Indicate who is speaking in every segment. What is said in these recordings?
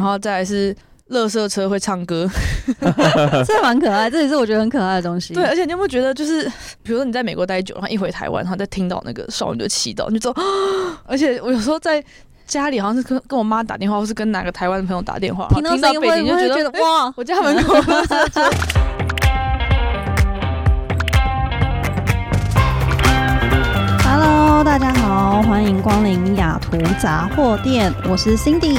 Speaker 1: 后再来是乐色车会唱歌，
Speaker 2: 这蛮可爱，这也是我觉得很可爱的东西。
Speaker 1: 对，而且你有没有觉得，就是比如说你在美国待久，然后一回台湾，然后再听到那个少女的祈祷，你就知道， 而且我有时候在。家里好像是跟跟我妈打电话，或是跟哪个台湾的朋友打电话，然后听
Speaker 2: 听
Speaker 1: 到
Speaker 2: 到声音
Speaker 1: 背
Speaker 2: 会
Speaker 1: 景就
Speaker 2: 会
Speaker 1: 觉
Speaker 2: 觉
Speaker 1: 得哎
Speaker 2: 得，哇，
Speaker 1: 我家门口
Speaker 2: Hello，大家好，欢迎光临雅图杂货店，我是 Cindy。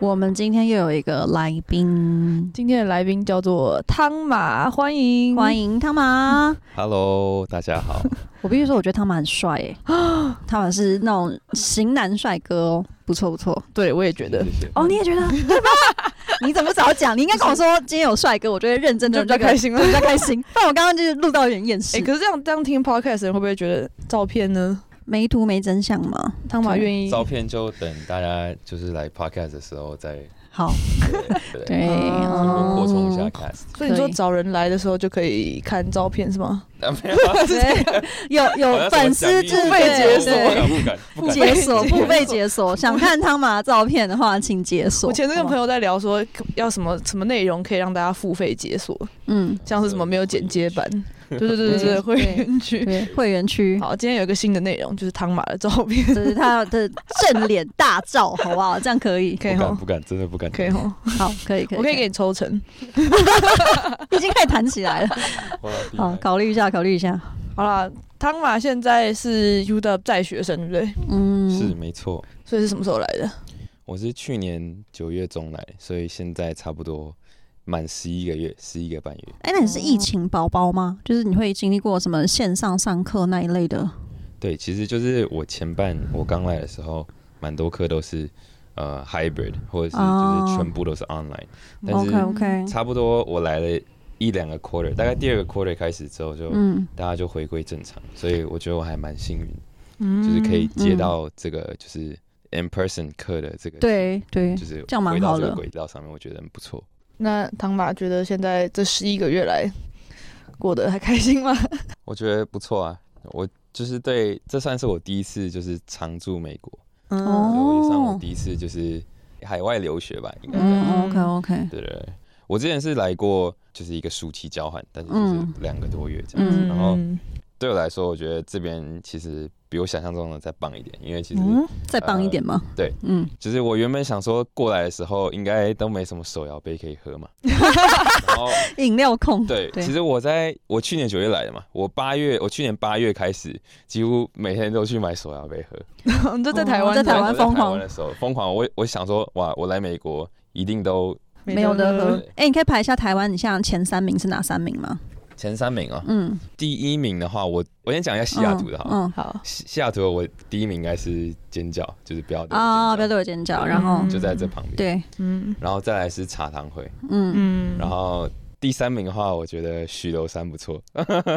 Speaker 2: 我们今天又有一个来宾，
Speaker 1: 今天的来宾叫做汤马，欢迎
Speaker 2: 欢。迎汤马。
Speaker 3: Hello，大家好。
Speaker 2: 我必须说，我觉得汤马很帅耶，汤马是那种型男帅哥哦，不错不错。
Speaker 1: 对，我也觉得
Speaker 3: 谢谢
Speaker 2: 哦，你也觉得？对吧？ 你怎么早讲？你应该跟我说今天有帅哥，我就会认 真
Speaker 1: 就
Speaker 2: 的
Speaker 1: 比较开
Speaker 2: 心，
Speaker 1: 心了。
Speaker 2: 比较开心。不然我刚刚就是录到有点厌世
Speaker 1: 哎、，可是这样这样听 podcast 的人会不会觉得照片呢？
Speaker 2: 没图没真相嘛。
Speaker 1: 汤马愿意
Speaker 3: 照片就等大家就是来 podcast 的时候再
Speaker 2: 好，
Speaker 3: 对
Speaker 2: 对，
Speaker 3: 啊
Speaker 2: 嗯
Speaker 1: 哦
Speaker 3: 扩 充一下 cast。
Speaker 1: 所以你说
Speaker 2: 可以
Speaker 1: 找人来的时候就可以看照片是吗？
Speaker 3: 啊没有啊
Speaker 2: 对， 有
Speaker 3: 好
Speaker 2: 有
Speaker 3: 像什么
Speaker 2: 粉丝
Speaker 3: 奖励
Speaker 2: 制
Speaker 1: 付费解锁
Speaker 2: 对
Speaker 3: 我不敢不敢。
Speaker 2: 解 锁付
Speaker 1: 付
Speaker 2: 费
Speaker 1: 费
Speaker 2: 解锁，想看汤马的照片的话，请解锁。
Speaker 1: 我前阵跟朋
Speaker 2: 友，
Speaker 1: 友在聊说要什么什么内容可以让大家付费解锁，
Speaker 2: 嗯，
Speaker 1: 像是什么没有剪接 版，对对对对
Speaker 2: 对
Speaker 1: 对，会员区。
Speaker 2: 对，会员区，
Speaker 1: 好，今天有一个新的内容，就是汤马的照片，
Speaker 2: 这是他的正脸大照，好不好？这样可以，
Speaker 1: 可以
Speaker 3: 不敢
Speaker 1: 吼，
Speaker 3: 不敢，真的不敢。
Speaker 1: 可以哦吼，
Speaker 2: 好，可以，可 以，
Speaker 1: 我可以给你抽成。
Speaker 2: 已经开始弹起来 了。
Speaker 3: 哇厉害
Speaker 2: 好，考虑一下，考虑一下。
Speaker 1: 好啦，汤马现在是 U 的在学生，对不对？
Speaker 2: 嗯，
Speaker 3: 是没错，
Speaker 1: 所以是什么时候来的？
Speaker 3: 我是去年九月中来，所以现在差不多满十一个月，十一个半月。
Speaker 2: 哎，那你是疫情宝宝吗？就是你会经历过什么线上上课那一类的？
Speaker 3: 对，其实就是我前半我刚来的时候，蛮多课都是呃 hybrid 或者是就
Speaker 2: 哦
Speaker 3: 是全部都是 online，但是
Speaker 2: OK OK，
Speaker 3: 差不多我来了一两个 quarter，大概第二个 quarter 开始之后就，
Speaker 2: 嗯，
Speaker 3: 大家就回归正常，所以我觉得我还蛮幸运，
Speaker 1: 嗯
Speaker 3: 就是可以接
Speaker 2: 嗯
Speaker 3: 到这个就是 in person 课的这个，，
Speaker 2: 对对
Speaker 3: 就，是
Speaker 2: 这样蛮
Speaker 3: 回到
Speaker 2: 好
Speaker 3: 这个
Speaker 2: 的
Speaker 3: 轨道上面，我觉得很不错。
Speaker 1: 那汤马觉得现在这十一个月来过得还开心吗？
Speaker 3: 我觉得不错啊，我就是对，这算是我第一次就是常驻美国，
Speaker 1: 嗯
Speaker 2: 哦
Speaker 3: 所以我也算我第一次就是海外留学吧，应该这样。
Speaker 2: 嗯，OK OK，
Speaker 3: 对对对，我之前是来过就是一个暑期交换，但是就是
Speaker 2: 嗯
Speaker 3: 两个多月这样。
Speaker 2: 嗯
Speaker 3: 然后对我来说，我觉得这边其实比我想象中的再棒一点，因为其实
Speaker 1: 嗯
Speaker 2: 再棒一点吗？
Speaker 3: 对，
Speaker 2: 嗯，
Speaker 3: 就是我原本想说过来的时候应该都没什么手摇杯可以 喝嘛，然后
Speaker 2: 饮料控，
Speaker 3: 对，
Speaker 2: 对
Speaker 3: 其实我在我去年九月来的嘛，我八月我去年八月开始几乎每天都去买手摇杯喝，
Speaker 1: 你嗯就在台湾
Speaker 2: 哦在
Speaker 1: 的，
Speaker 2: 台湾
Speaker 3: 我在
Speaker 2: 疯狂
Speaker 3: 台湾的时候疯狂，我我想说哇，我来美国一定都
Speaker 2: 没有的
Speaker 1: 嗯
Speaker 2: 喝
Speaker 3: 喝。
Speaker 2: 哎、你可以排一下台湾，你像前三名是哪三名吗？
Speaker 3: 前三名啊，
Speaker 2: 嗯，
Speaker 3: 第一名的话，我我先讲一下西雅图的哈。
Speaker 2: 嗯
Speaker 1: 好，
Speaker 3: 西西雅图，我第一名应该是尖叫，就是不要
Speaker 2: 啊，
Speaker 3: 啊，
Speaker 2: 不要对我尖叫，然后、
Speaker 1: 嗯
Speaker 3: 就在这旁边。
Speaker 2: 对，
Speaker 1: 嗯
Speaker 3: 然后再来是茶汤会，
Speaker 2: 嗯，
Speaker 1: 嗯
Speaker 3: 然后第三名的话，我觉得许留山不错，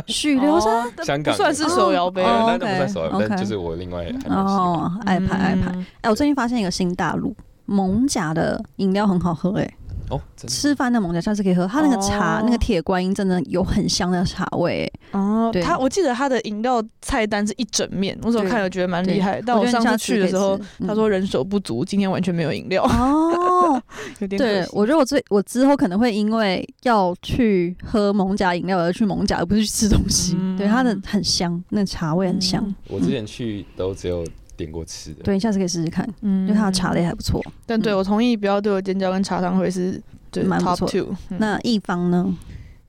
Speaker 2: 许留山，
Speaker 1: 哦
Speaker 3: 香港
Speaker 1: 不算是啊手摇杯
Speaker 3: 对，
Speaker 2: 哦
Speaker 3: 那
Speaker 2: OK，
Speaker 3: 那不算手摇，
Speaker 2: OK
Speaker 3: 但就是我另外还没喜欢。
Speaker 2: 哦，爱排爱排。哎、
Speaker 1: 嗯
Speaker 2: 我最近发现一个新大陆。蒙甲的饮料很好喝、哎，
Speaker 3: 哦，真的
Speaker 2: 吃饭的蒙甲下次可以喝。它那个茶，
Speaker 1: 哦
Speaker 2: 那个铁观音真的有很香的茶味、哎
Speaker 1: 哦
Speaker 2: 对，
Speaker 1: 他我记得他的饮料菜单是一整面，我所
Speaker 2: 对
Speaker 1: 看了觉得蛮厉害。
Speaker 2: 对
Speaker 1: 但我
Speaker 2: 觉得
Speaker 1: 上
Speaker 2: 你下
Speaker 1: 次
Speaker 2: 次
Speaker 1: 去的
Speaker 2: 可以
Speaker 1: 时候
Speaker 2: 吃，嗯
Speaker 1: 他说人手不足，今天完全没有饮料，
Speaker 2: 哦，
Speaker 1: 有点可
Speaker 2: 对
Speaker 1: 惜。
Speaker 2: 我觉得我最我之后可能会因为要去喝蒙甲饮料而去蒙甲，而不是去吃东西。
Speaker 1: 嗯
Speaker 2: 对，它的很香，那茶味很香。
Speaker 3: 我之前去都只有点过吃的。
Speaker 2: 对，你下次可以试试看，
Speaker 1: 嗯
Speaker 2: 因为它的茶类还不错。
Speaker 1: 但对
Speaker 2: 嗯
Speaker 1: 我同意，不要对我尖叫跟茶汤会是对
Speaker 2: 蛮不
Speaker 1: top
Speaker 2: 错
Speaker 1: two。嗯
Speaker 2: 那一方呢，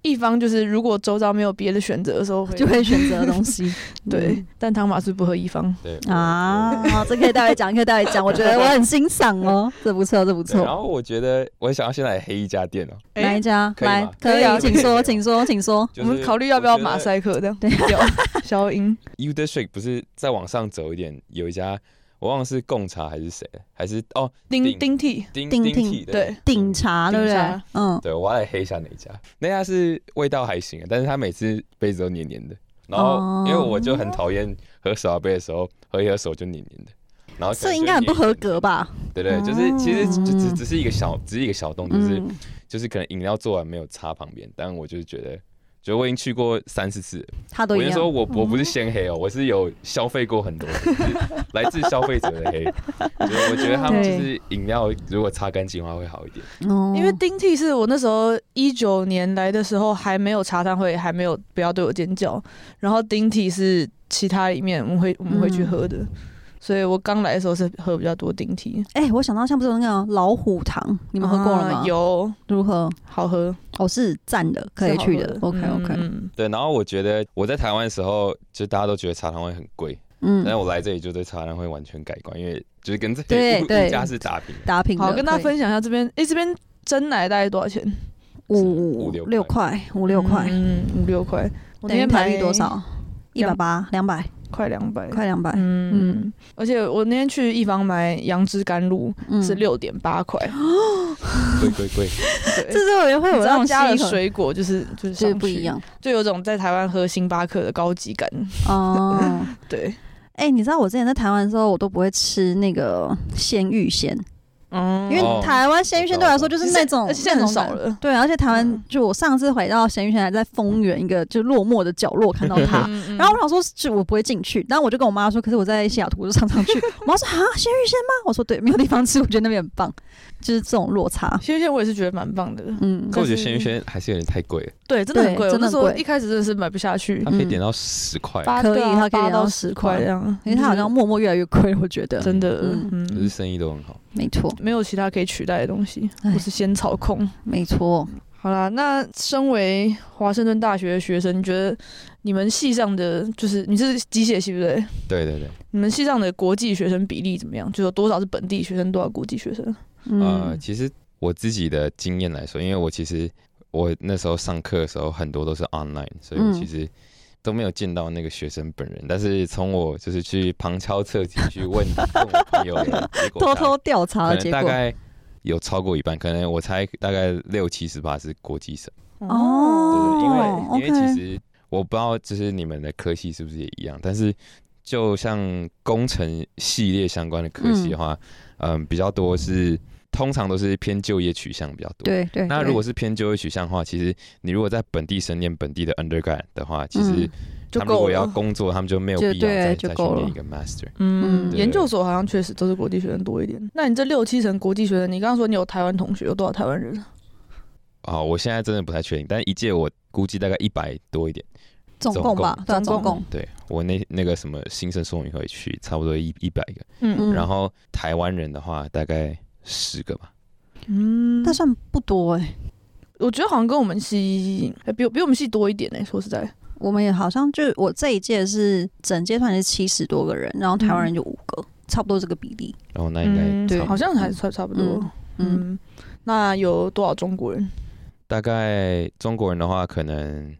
Speaker 1: 一方就是如果周遭没有别的选择的时候会，
Speaker 2: 就会嗯选择的东西。
Speaker 1: 对，但汤马是不喝一方。
Speaker 3: 对
Speaker 2: 嗯啊，好这可以待会讲，可以待会讲。我觉得我很欣赏哦，这不错，这不
Speaker 3: 对啊然
Speaker 2: 错。
Speaker 3: 后我觉得我想要先来黑一家店哦，
Speaker 2: 哪一
Speaker 1: 哎，
Speaker 2: 家？
Speaker 3: 可以吗
Speaker 2: 来，可
Speaker 1: 可
Speaker 2: 以
Speaker 1: 以啊，
Speaker 2: 请
Speaker 3: 可以
Speaker 2: 说，
Speaker 3: 啊
Speaker 2: 请说，请说。
Speaker 3: 就
Speaker 1: 我们
Speaker 3: 是
Speaker 1: 考虑要不要
Speaker 3: 我觉得
Speaker 1: 马赛克这样
Speaker 2: 对
Speaker 1: 掉 消音。
Speaker 3: U District 不是再往上走一点，有一家我忘了是贡茶还是谁，还是哦
Speaker 1: 丁
Speaker 3: 顶
Speaker 1: 丁替
Speaker 3: 丁
Speaker 2: 顶
Speaker 3: 丁
Speaker 2: 挺
Speaker 3: 替的
Speaker 1: 对
Speaker 2: 顶茶，对不
Speaker 1: 顶
Speaker 2: 对
Speaker 1: 茶？
Speaker 2: 嗯，
Speaker 3: 对，我要来黑一下那一家，那家是味道还行啊，但是它每次杯子都黏黏的。然后
Speaker 2: 哦，
Speaker 3: 因为我就很讨厌喝手摇杯的时候，喝一喝手就黏黏的。然后可能
Speaker 2: 这应该很不合格吧？
Speaker 3: 就会念一念，对对，就是其实就只
Speaker 2: 嗯
Speaker 3: 只是一个小，只是一个小洞，就是、
Speaker 2: 嗯，
Speaker 3: 就是可能饮料做完没有擦旁边，但我就是觉得，觉得我已经去过三四次了，
Speaker 2: 他
Speaker 3: 我
Speaker 2: 都一
Speaker 3: 跟你
Speaker 2: 样。嗯
Speaker 3: 说，我我不是先黑哦，我是有消费过很多，就是来自消费者的黑。 就是我觉得他们就是饮料如果擦干净的话会好一点。
Speaker 2: 哦
Speaker 1: 因为丁替是我那时候一九年来的时候还没有茶汤会，还没有不要对我尖叫，然后丁替是其他里面我们会我们会去喝的，
Speaker 2: 嗯
Speaker 1: 所以我刚来的时候是喝比较多丁替。
Speaker 2: 哎、我想到像不是有那个老虎糖，
Speaker 1: 你
Speaker 2: 你们喝过了吗？
Speaker 1: 啊有，
Speaker 2: 如何？
Speaker 1: 好喝，
Speaker 2: 哦，是赞的，可以去的。
Speaker 1: 是好喝
Speaker 2: OK
Speaker 1: 的
Speaker 2: OK，
Speaker 1: 嗯嗯
Speaker 3: 对，然后我觉得我在台湾的时候，就大家都觉得茶汤会很贵，
Speaker 2: 嗯，
Speaker 3: 但我来这里就对茶汤会完全改观，因为就是跟这
Speaker 2: 对
Speaker 3: 里物
Speaker 2: 对
Speaker 3: 物价是打 平的。
Speaker 2: 打平的。
Speaker 1: 好，跟大家
Speaker 2: 可以
Speaker 1: 分享一下这边，诶，这边真奶大概多少钱？
Speaker 2: 五
Speaker 3: 五六
Speaker 2: 六块，五六块，
Speaker 1: 嗯，五六块。我那
Speaker 2: 等于
Speaker 1: 天买
Speaker 2: 台币多？少？一百八，两百，
Speaker 1: 快两百。
Speaker 2: 快两百。
Speaker 1: 嗯，嗯而且我那天去一房买杨枝甘露
Speaker 2: 嗯，
Speaker 1: 是。六点八 块，
Speaker 3: 贵贵贵，
Speaker 1: 对
Speaker 2: 这是我会有
Speaker 1: 你知
Speaker 2: 那
Speaker 1: 道
Speaker 2: 种
Speaker 1: 加了
Speaker 2: 吸引
Speaker 1: 水果就是就是
Speaker 2: 就是
Speaker 1: 上
Speaker 2: 不
Speaker 1: 去
Speaker 2: 一，样
Speaker 1: 就有种在台湾喝星巴克的高级 感。
Speaker 2: 哦。
Speaker 1: 对，
Speaker 2: 哎、你知道我之前在台湾的时候，我都不会吃那个鲜芋仙，
Speaker 1: 嗯
Speaker 2: 因为
Speaker 3: 哦
Speaker 2: 台湾鲜芋仙对我来说就是那种，
Speaker 1: 而且现在很
Speaker 2: 那
Speaker 1: 少
Speaker 2: 种感。
Speaker 1: 了。
Speaker 2: 对，而且台
Speaker 1: 嗯
Speaker 2: 湾就我上次回到咸鱼圈，还在丰原一个就落寞的角落看到它，
Speaker 1: 嗯
Speaker 2: 然后我想说，就我不会进去，然后我就跟我妈说，可是我在西雅图我就常常去。我妈说啊，鲜芋仙吗？我说对，没有地方吃，我觉得那边很棒，就是这种落差。
Speaker 1: 鲜芋仙我也是觉得蛮棒的，
Speaker 2: 嗯，
Speaker 3: 可我觉得鲜芋仙还是有点太贵了，
Speaker 1: 对，真的很
Speaker 2: 对
Speaker 1: 贵。我
Speaker 2: 真
Speaker 1: 那
Speaker 2: 的很
Speaker 1: 时候
Speaker 2: 贵
Speaker 1: 一开始真的是买不下
Speaker 2: 嗯
Speaker 1: 去
Speaker 3: 它，可以点到十块，
Speaker 1: 八
Speaker 2: 可以
Speaker 1: 对啊
Speaker 2: 它可以
Speaker 1: 八
Speaker 2: 量
Speaker 1: 到
Speaker 2: 10
Speaker 1: 块
Speaker 2: 块
Speaker 1: 这样，
Speaker 2: 因为它好像默默越来越贵，我觉得
Speaker 1: 就是真的，
Speaker 2: 嗯
Speaker 3: 可
Speaker 1: 嗯
Speaker 3: 是，生意都很好。
Speaker 2: 没错，
Speaker 1: 没有其他可以取代的东西，
Speaker 2: 唉
Speaker 1: 我是仙草控。
Speaker 2: 没
Speaker 3: 啊
Speaker 2: 错。
Speaker 1: 好啦，那身为华盛顿大学的学生，你觉得你们系上的就是你是机械系对不对？
Speaker 3: 对对对，
Speaker 1: 你们系上的国际学生比例怎么样？就有多少是本地学生，多少国际学生？
Speaker 3: 呃，
Speaker 2: 嗯
Speaker 3: 其实我自己的经验来说，因为我其实我那时候上课的时候很多都是 online，所以我
Speaker 2: 嗯
Speaker 3: 其实都没有见到那个学生本人。但是从我就是去旁敲侧击去问 问我朋友的结果，
Speaker 2: 偷偷调查的
Speaker 3: 大概可
Speaker 2: 结
Speaker 3: 能
Speaker 2: 果
Speaker 3: 大，概有超过一半，可能我猜大概六七十八是国际生，对
Speaker 2: 哦
Speaker 3: 对
Speaker 2: 哦
Speaker 3: 因为因为
Speaker 2: OK
Speaker 3: 其实我不知道就是你们的科系是不是也一样，但是。就像工程系列相关的科系的话，嗯，比较多是通常都是偏就业取向比较多。
Speaker 2: 对对。
Speaker 3: 那
Speaker 2: 对嗯
Speaker 3: 如果是偏就业取向的话，其实你如果在本地生念本地的 undergrad 的话，其实
Speaker 2: 嗯
Speaker 1: 就
Speaker 3: 他们如
Speaker 1: 够
Speaker 3: 果要
Speaker 1: 了。
Speaker 3: 工作，他们就没有
Speaker 2: 就
Speaker 3: 必要
Speaker 2: 对
Speaker 3: 再
Speaker 2: 就
Speaker 3: 再去
Speaker 2: 够
Speaker 3: 念
Speaker 2: 了
Speaker 3: 一个 master。
Speaker 1: 嗯，
Speaker 2: 嗯
Speaker 1: 研究所好像确实都是国际学生多一点。那你这六七成国际学生，你刚刚说你有台湾同学，有多少台湾人？
Speaker 3: 哦，我现在真的不太确定，但一届我估计大概一百多一点。
Speaker 2: 总
Speaker 3: 总
Speaker 2: 共吧，
Speaker 3: 共
Speaker 2: 对啊，
Speaker 1: 总
Speaker 2: 总共，
Speaker 3: 对我那那个什么新生说明会去，差不多一一百个。
Speaker 1: 嗯
Speaker 2: 嗯
Speaker 3: 然后台湾人的话，大概十个吧。
Speaker 1: 嗯，
Speaker 2: 但算不多哎、
Speaker 1: 我觉得好像跟我们系哎比比我们系多一点呢、说实在，
Speaker 2: 我们也好像就我这一届是整届团是七十多个人，然后台湾
Speaker 3: 嗯
Speaker 2: 人就五个，差不多这个比例。
Speaker 3: 然后那应该
Speaker 1: 嗯
Speaker 3: 差不
Speaker 2: 对
Speaker 3: 多
Speaker 1: 好像还差差不多。
Speaker 2: 嗯嗯，
Speaker 1: 嗯，那有多少中国人？
Speaker 3: 大概中国人的话，可能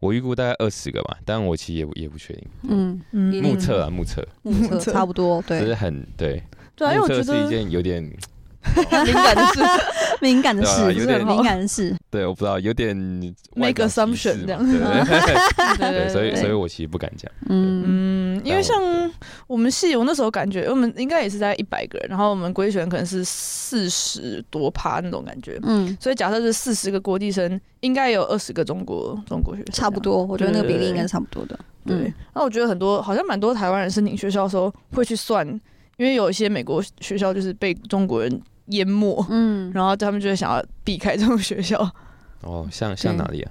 Speaker 3: 我预估大概二十个吧，但我其实也不也不确定，
Speaker 2: 嗯，
Speaker 1: 嗯
Speaker 2: 一定
Speaker 3: 目测啊目测，
Speaker 2: 目
Speaker 1: 目
Speaker 2: 测
Speaker 1: 测
Speaker 2: 嗯差不多，
Speaker 3: 只是
Speaker 2: 对，
Speaker 3: 很对。
Speaker 1: 对啊，因为我觉
Speaker 3: 目测是一
Speaker 1: 得
Speaker 3: 件有点，
Speaker 1: 很敏感的事，
Speaker 2: 敏感的
Speaker 3: 对啊
Speaker 2: 事，
Speaker 3: 有
Speaker 2: 不是
Speaker 3: 点
Speaker 2: 很敏感的事。
Speaker 3: 对，我不知道，有点
Speaker 1: Make
Speaker 3: 外表歧视
Speaker 1: assumption
Speaker 3: 嘛
Speaker 1: 这样
Speaker 3: 对对对
Speaker 1: 对
Speaker 3: 对，所以
Speaker 1: 对
Speaker 3: 所以我其实不敢讲，
Speaker 2: 嗯
Speaker 1: 嗯，因为像我们系，我那时候感觉我们应该也是在一百个人，然后我们规选可能是四十多趴那种感觉，
Speaker 2: 嗯，
Speaker 1: 所以假设是四十个国际生，应该有二十个中国中国学生，
Speaker 2: 差不。多，我觉得那个比例应该是差不多的。
Speaker 1: 对
Speaker 2: 嗯，，
Speaker 1: 那我觉得很多好像蛮多台湾人申请学校的时候会去算，因为有一些美国学校就是被中国人淹没，
Speaker 2: 嗯，
Speaker 1: 然后他们就会想要避开这种学校，
Speaker 3: 哦，像像
Speaker 2: 对
Speaker 3: 哪里啊？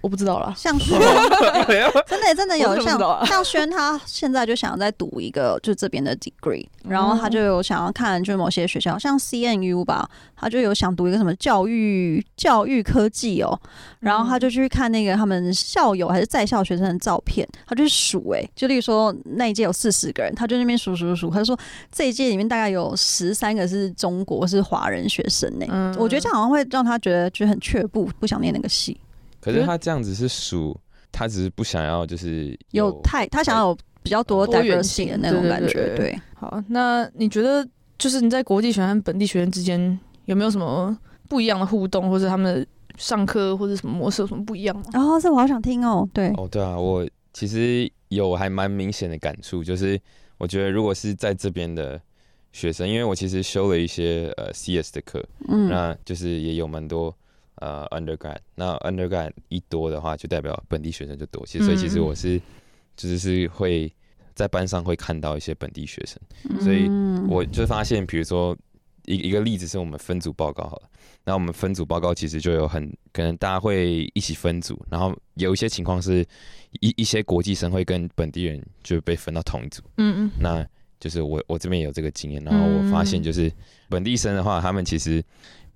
Speaker 1: 我不知道啦，
Speaker 2: 像轩， 真的真的有
Speaker 1: 我怎么
Speaker 2: 像
Speaker 1: 知道啊
Speaker 2: 像轩，他现在就想要再读一个就这边的 degree，然
Speaker 1: 哦
Speaker 2: 后他就有想要看就某些学校，像 CNU 吧，他就有想读一个什么教育教育科技哦，然后他
Speaker 1: 嗯
Speaker 2: 就去看那个他们校友还是在校学生的照片，他就去数哎、就例如说那一届有四十个人，他就那边数数数，他就说这一届里面大概有十三个是中国是华人学生呢、
Speaker 1: 嗯
Speaker 2: 我觉得这样好像会让他觉得就是很却步，不想念那个系。
Speaker 3: 可是他这样子是属，他只是不想要就是
Speaker 2: 有太他想要有比较多
Speaker 1: 多元
Speaker 2: diversity
Speaker 1: 性
Speaker 2: 的那种
Speaker 1: 对对
Speaker 2: 感觉，
Speaker 1: 对
Speaker 2: 对
Speaker 1: 好，那你觉得就是你在国际学生和本地学生之间有没有什么不一样的互动，或者他们的上课或者什么模式有什么不一样吗？
Speaker 2: 然后、这我好想听哦，对，
Speaker 3: 哦，对啊，我其实有还蛮明显的感触，就是我觉得如果是在这边的学生，因为我其实修了一些呃 CS 的课，
Speaker 2: 嗯
Speaker 3: 那就是也有蛮多呃 undergrad，那 undergrad 一多的话，就代表本地学生就多，其实所以其实
Speaker 2: 嗯
Speaker 3: 我是就是是会在班上会看到一些本地学生。所以
Speaker 2: 嗯
Speaker 3: 我就发现，比如说一一个例子是我们分组报告好了，那我们分组报告其实就有很可能大家会一起分组，然后有一些情况是一一些国际生会跟本地人就被分到同一组，
Speaker 1: 嗯嗯
Speaker 3: 那就是我我这边也有这个经验，然后我发现就是本地生的话，他们其实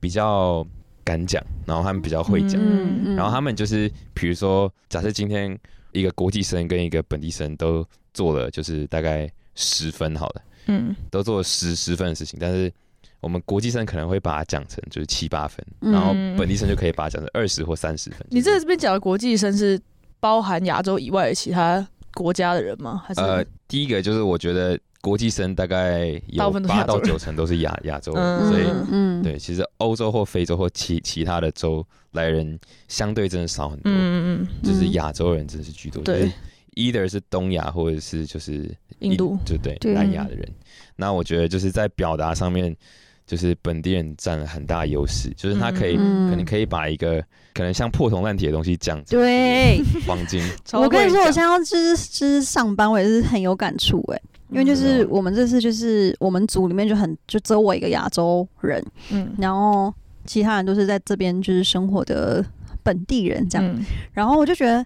Speaker 3: 比较敢讲，然后他们比较会讲。
Speaker 2: 嗯嗯
Speaker 3: 然后他们就是，比如说，假设今天一个国际生跟一个本地生都做了，就是大概十分好了，
Speaker 1: 嗯
Speaker 3: 都做了十十分的事情，但是我们国际生可能会把它讲成就是七八分，
Speaker 2: 嗯
Speaker 3: 然后本地生就可以把它讲成二十或三十分。
Speaker 1: 你
Speaker 3: 就是
Speaker 1: 这边讲的国际生是包含亚洲以外的其他国家的人吗？还是
Speaker 3: 呃，第一个就是我觉得国际生大概
Speaker 1: 大
Speaker 3: 有
Speaker 1: 部分都是
Speaker 3: 八
Speaker 1: 亚洲
Speaker 3: 到
Speaker 1: 人
Speaker 3: 九成都是亚亚洲人，
Speaker 1: 嗯
Speaker 3: 所以
Speaker 2: 嗯嗯
Speaker 3: 对，其实欧洲或非洲或其其他的州来人相对真的少很多，
Speaker 1: 嗯嗯嗯，
Speaker 3: 就是亚洲人真的是居多。
Speaker 1: 对
Speaker 3: 就是 either 是东亚或者是就是
Speaker 1: 印度
Speaker 3: 就对
Speaker 2: 对
Speaker 3: 南亚的人。那我觉得就是在表达上面，就是本地人占了很大优势，就是他可以、
Speaker 2: 嗯
Speaker 3: 可能可以把一个可能像破铜烂铁的东西讲成
Speaker 2: 对，
Speaker 3: 黄金，
Speaker 1: 超
Speaker 2: 我跟你说，我
Speaker 1: 会
Speaker 2: 现
Speaker 1: 讲
Speaker 2: 在就是就是上班，我也是很有感触哎、因为就
Speaker 3: 真的
Speaker 2: 是
Speaker 3: 哦
Speaker 2: 我们这次就是我们组里面就很就只有我一个亚洲人，
Speaker 1: 嗯
Speaker 2: 然后其他人都是在这边就是生活的本地人这样，
Speaker 1: 嗯
Speaker 2: 然后我就觉得。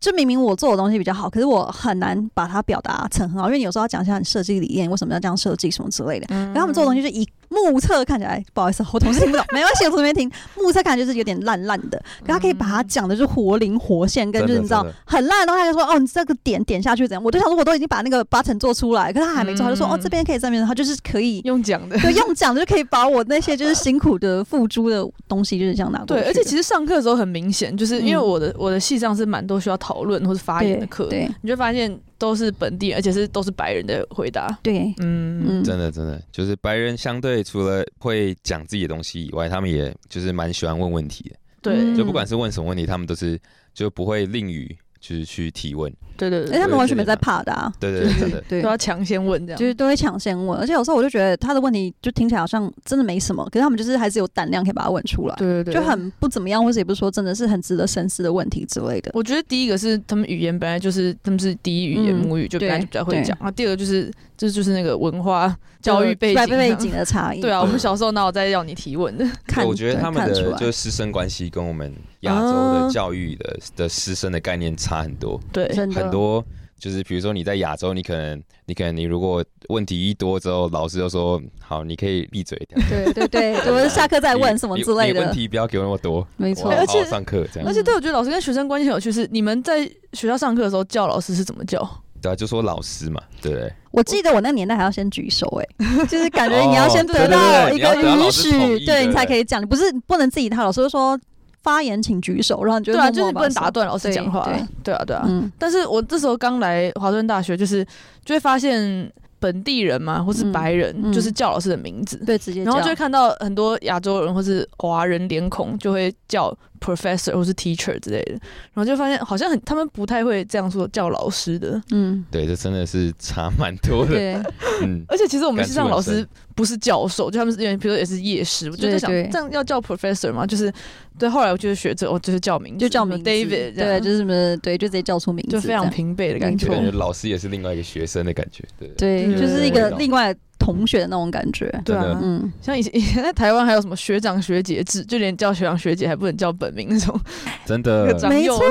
Speaker 2: 就明明我做的东西比较好，可是我很难把它表达成很好，因为你有时候要讲一下你设计理念，为什么要这样设计什么之类的。
Speaker 1: 嗯
Speaker 2: 然后他们做的东西就以目测看起来，不好意思，我同事听不懂，没关系，我从这边听。目测看起来就是有点烂烂的，可他可以把它讲的就是活灵活现，跟就是你知道
Speaker 3: 真的
Speaker 2: 很烂的东西，他就说哦，你这个点点下去怎样？我就想说，我都已经把那个 button 做出来，可是他还没做，他就说哦，
Speaker 1: 嗯
Speaker 2: 这边可以这边，他就是可以。
Speaker 1: 用讲 的。
Speaker 2: 对，用讲的就可以把我那些就是辛苦的付诸的东西，就是这样拿过
Speaker 1: 对，而且其
Speaker 2: 实
Speaker 1: 实上课的时候很明显，就是因为
Speaker 2: 嗯
Speaker 1: 我的、我的系上是蛮多需要讨论或是发言的课，
Speaker 2: 对
Speaker 1: 你就发现都是本地人，而且是都是白人的回答。
Speaker 2: 对，
Speaker 1: 嗯，
Speaker 2: 嗯
Speaker 3: 真的真的就是白人相对除了会讲自己的东西以外，他们也就是蛮喜欢问问题的，
Speaker 1: 对，
Speaker 2: 嗯
Speaker 3: 就不管是问什么问题，他们都是就不会吝于就是去提问，
Speaker 1: 对对
Speaker 2: 哎，
Speaker 1: 对，
Speaker 2: 他们完全没在
Speaker 3: 对
Speaker 2: 怕的啊，
Speaker 3: 对对对，真的。
Speaker 2: 对啊
Speaker 1: 都，要抢先问这样。
Speaker 2: 就是都会抢先问，而且有时候我就觉得他的问题就听起来好像真的没什么，可是他们就是还是有胆量可以把它问出来，
Speaker 1: 对对对，
Speaker 2: 就很不怎么样，或者也不是说真的是很值得深思的问题之类的。
Speaker 1: 我觉得第一个是他们语言本来就是他们是第一语言、
Speaker 2: 嗯
Speaker 1: 母语，就本来就比较会
Speaker 2: 对
Speaker 1: 讲。啊，第二个就是这就是那个文化教育背景这
Speaker 2: 背
Speaker 1: 样。
Speaker 2: 景嗯的差 异，
Speaker 1: 对啊，我们
Speaker 3: 对
Speaker 1: 小时候哪有在要你提问的？
Speaker 2: 看，
Speaker 3: 我觉得
Speaker 2: 对
Speaker 3: 他们
Speaker 2: 看出
Speaker 3: 的
Speaker 2: 来哦
Speaker 3: 就是师生关系跟我们亚洲
Speaker 1: 啊
Speaker 3: 的教育的、的师生的概念差很多，
Speaker 1: 对，
Speaker 2: 真的
Speaker 3: 很多就是比如说你在亚洲，你可能你可能你如果问题一多之后，老师就说好，你可以闭嘴一点，
Speaker 2: 对对对，我 们下课再问
Speaker 3: 你
Speaker 2: 什么
Speaker 3: 你
Speaker 2: 之类
Speaker 3: 你问
Speaker 2: 的，
Speaker 3: 题不要给我那么多，
Speaker 2: 没
Speaker 3: 我
Speaker 2: 错
Speaker 3: 要。
Speaker 1: 而
Speaker 3: 好
Speaker 1: 且
Speaker 3: 好上课这样
Speaker 1: 而。且对我觉得老师跟学生关系很有趣，是你们在学校上课的时候叫老师是怎么叫？
Speaker 3: 对啊，就说老师嘛，对不对？
Speaker 2: 我记得我那个年代还要先举手，哎，就是感觉你要
Speaker 3: 哦
Speaker 2: 先
Speaker 3: 对
Speaker 2: 得
Speaker 3: 对对
Speaker 2: 到
Speaker 3: 对
Speaker 2: 一
Speaker 3: 你要
Speaker 2: 个
Speaker 3: 得到
Speaker 2: 允
Speaker 3: 老师同
Speaker 2: 许，
Speaker 3: 意
Speaker 2: 对
Speaker 3: 对
Speaker 2: 你才
Speaker 3: 对
Speaker 2: 可以讲，你不是不能自己他老师就说发言请举手，然后你就
Speaker 1: 对啊，
Speaker 2: 默
Speaker 1: 就是
Speaker 2: 默
Speaker 1: 你不
Speaker 2: 把
Speaker 1: 能打
Speaker 2: 手
Speaker 1: 断老师讲话
Speaker 2: 对对。
Speaker 1: 对啊，对啊。
Speaker 2: 嗯
Speaker 1: 但是我这时候刚来华顿大学，就是就会发现本地人嘛，或是白人，
Speaker 2: 嗯嗯
Speaker 1: 就是叫老师的名字，
Speaker 2: 对，直接
Speaker 1: 然后就会
Speaker 2: 叫
Speaker 1: 看到很多亚洲人或是华人脸孔就会叫 professor 或是 teacher 之类的，然后就发现好像很他们不太会这样说叫老师的，
Speaker 2: 嗯，
Speaker 3: 对，这真的是差蛮多的。
Speaker 2: 对，
Speaker 3: 嗯，
Speaker 1: 而且其实我们
Speaker 3: 感
Speaker 1: 系
Speaker 3: 触
Speaker 1: 上老
Speaker 3: 很
Speaker 1: 师
Speaker 3: 深
Speaker 1: 不是教授，就他们是因为比如说也是夜师，我就在想
Speaker 2: 对对
Speaker 1: 这样要叫 professor 吗？就是对，后来我就是学这，我就是叫名字，
Speaker 2: 就叫
Speaker 1: 什么
Speaker 2: 名字
Speaker 1: David，这
Speaker 2: 对，
Speaker 1: 样
Speaker 2: 就是什么对，就直接叫出名字，
Speaker 1: 就非常平辈的感觉
Speaker 3: 就
Speaker 2: 没。
Speaker 3: 感
Speaker 2: 错
Speaker 3: 觉老师也是另外一个学生的感觉，对不对。
Speaker 2: 这样对，
Speaker 1: 对
Speaker 2: 就是一
Speaker 1: 对
Speaker 2: 个
Speaker 3: 对
Speaker 2: 另外同学的那种感觉，
Speaker 1: 对
Speaker 3: 真
Speaker 1: 啊
Speaker 3: 的，
Speaker 2: 嗯，
Speaker 1: 像以前以前在台湾还有什么学长学姐制，就连叫学长学姐还不能叫本名那种，
Speaker 3: 真
Speaker 1: 那个
Speaker 3: 的，
Speaker 1: 长
Speaker 2: 没
Speaker 1: 幼
Speaker 2: 错，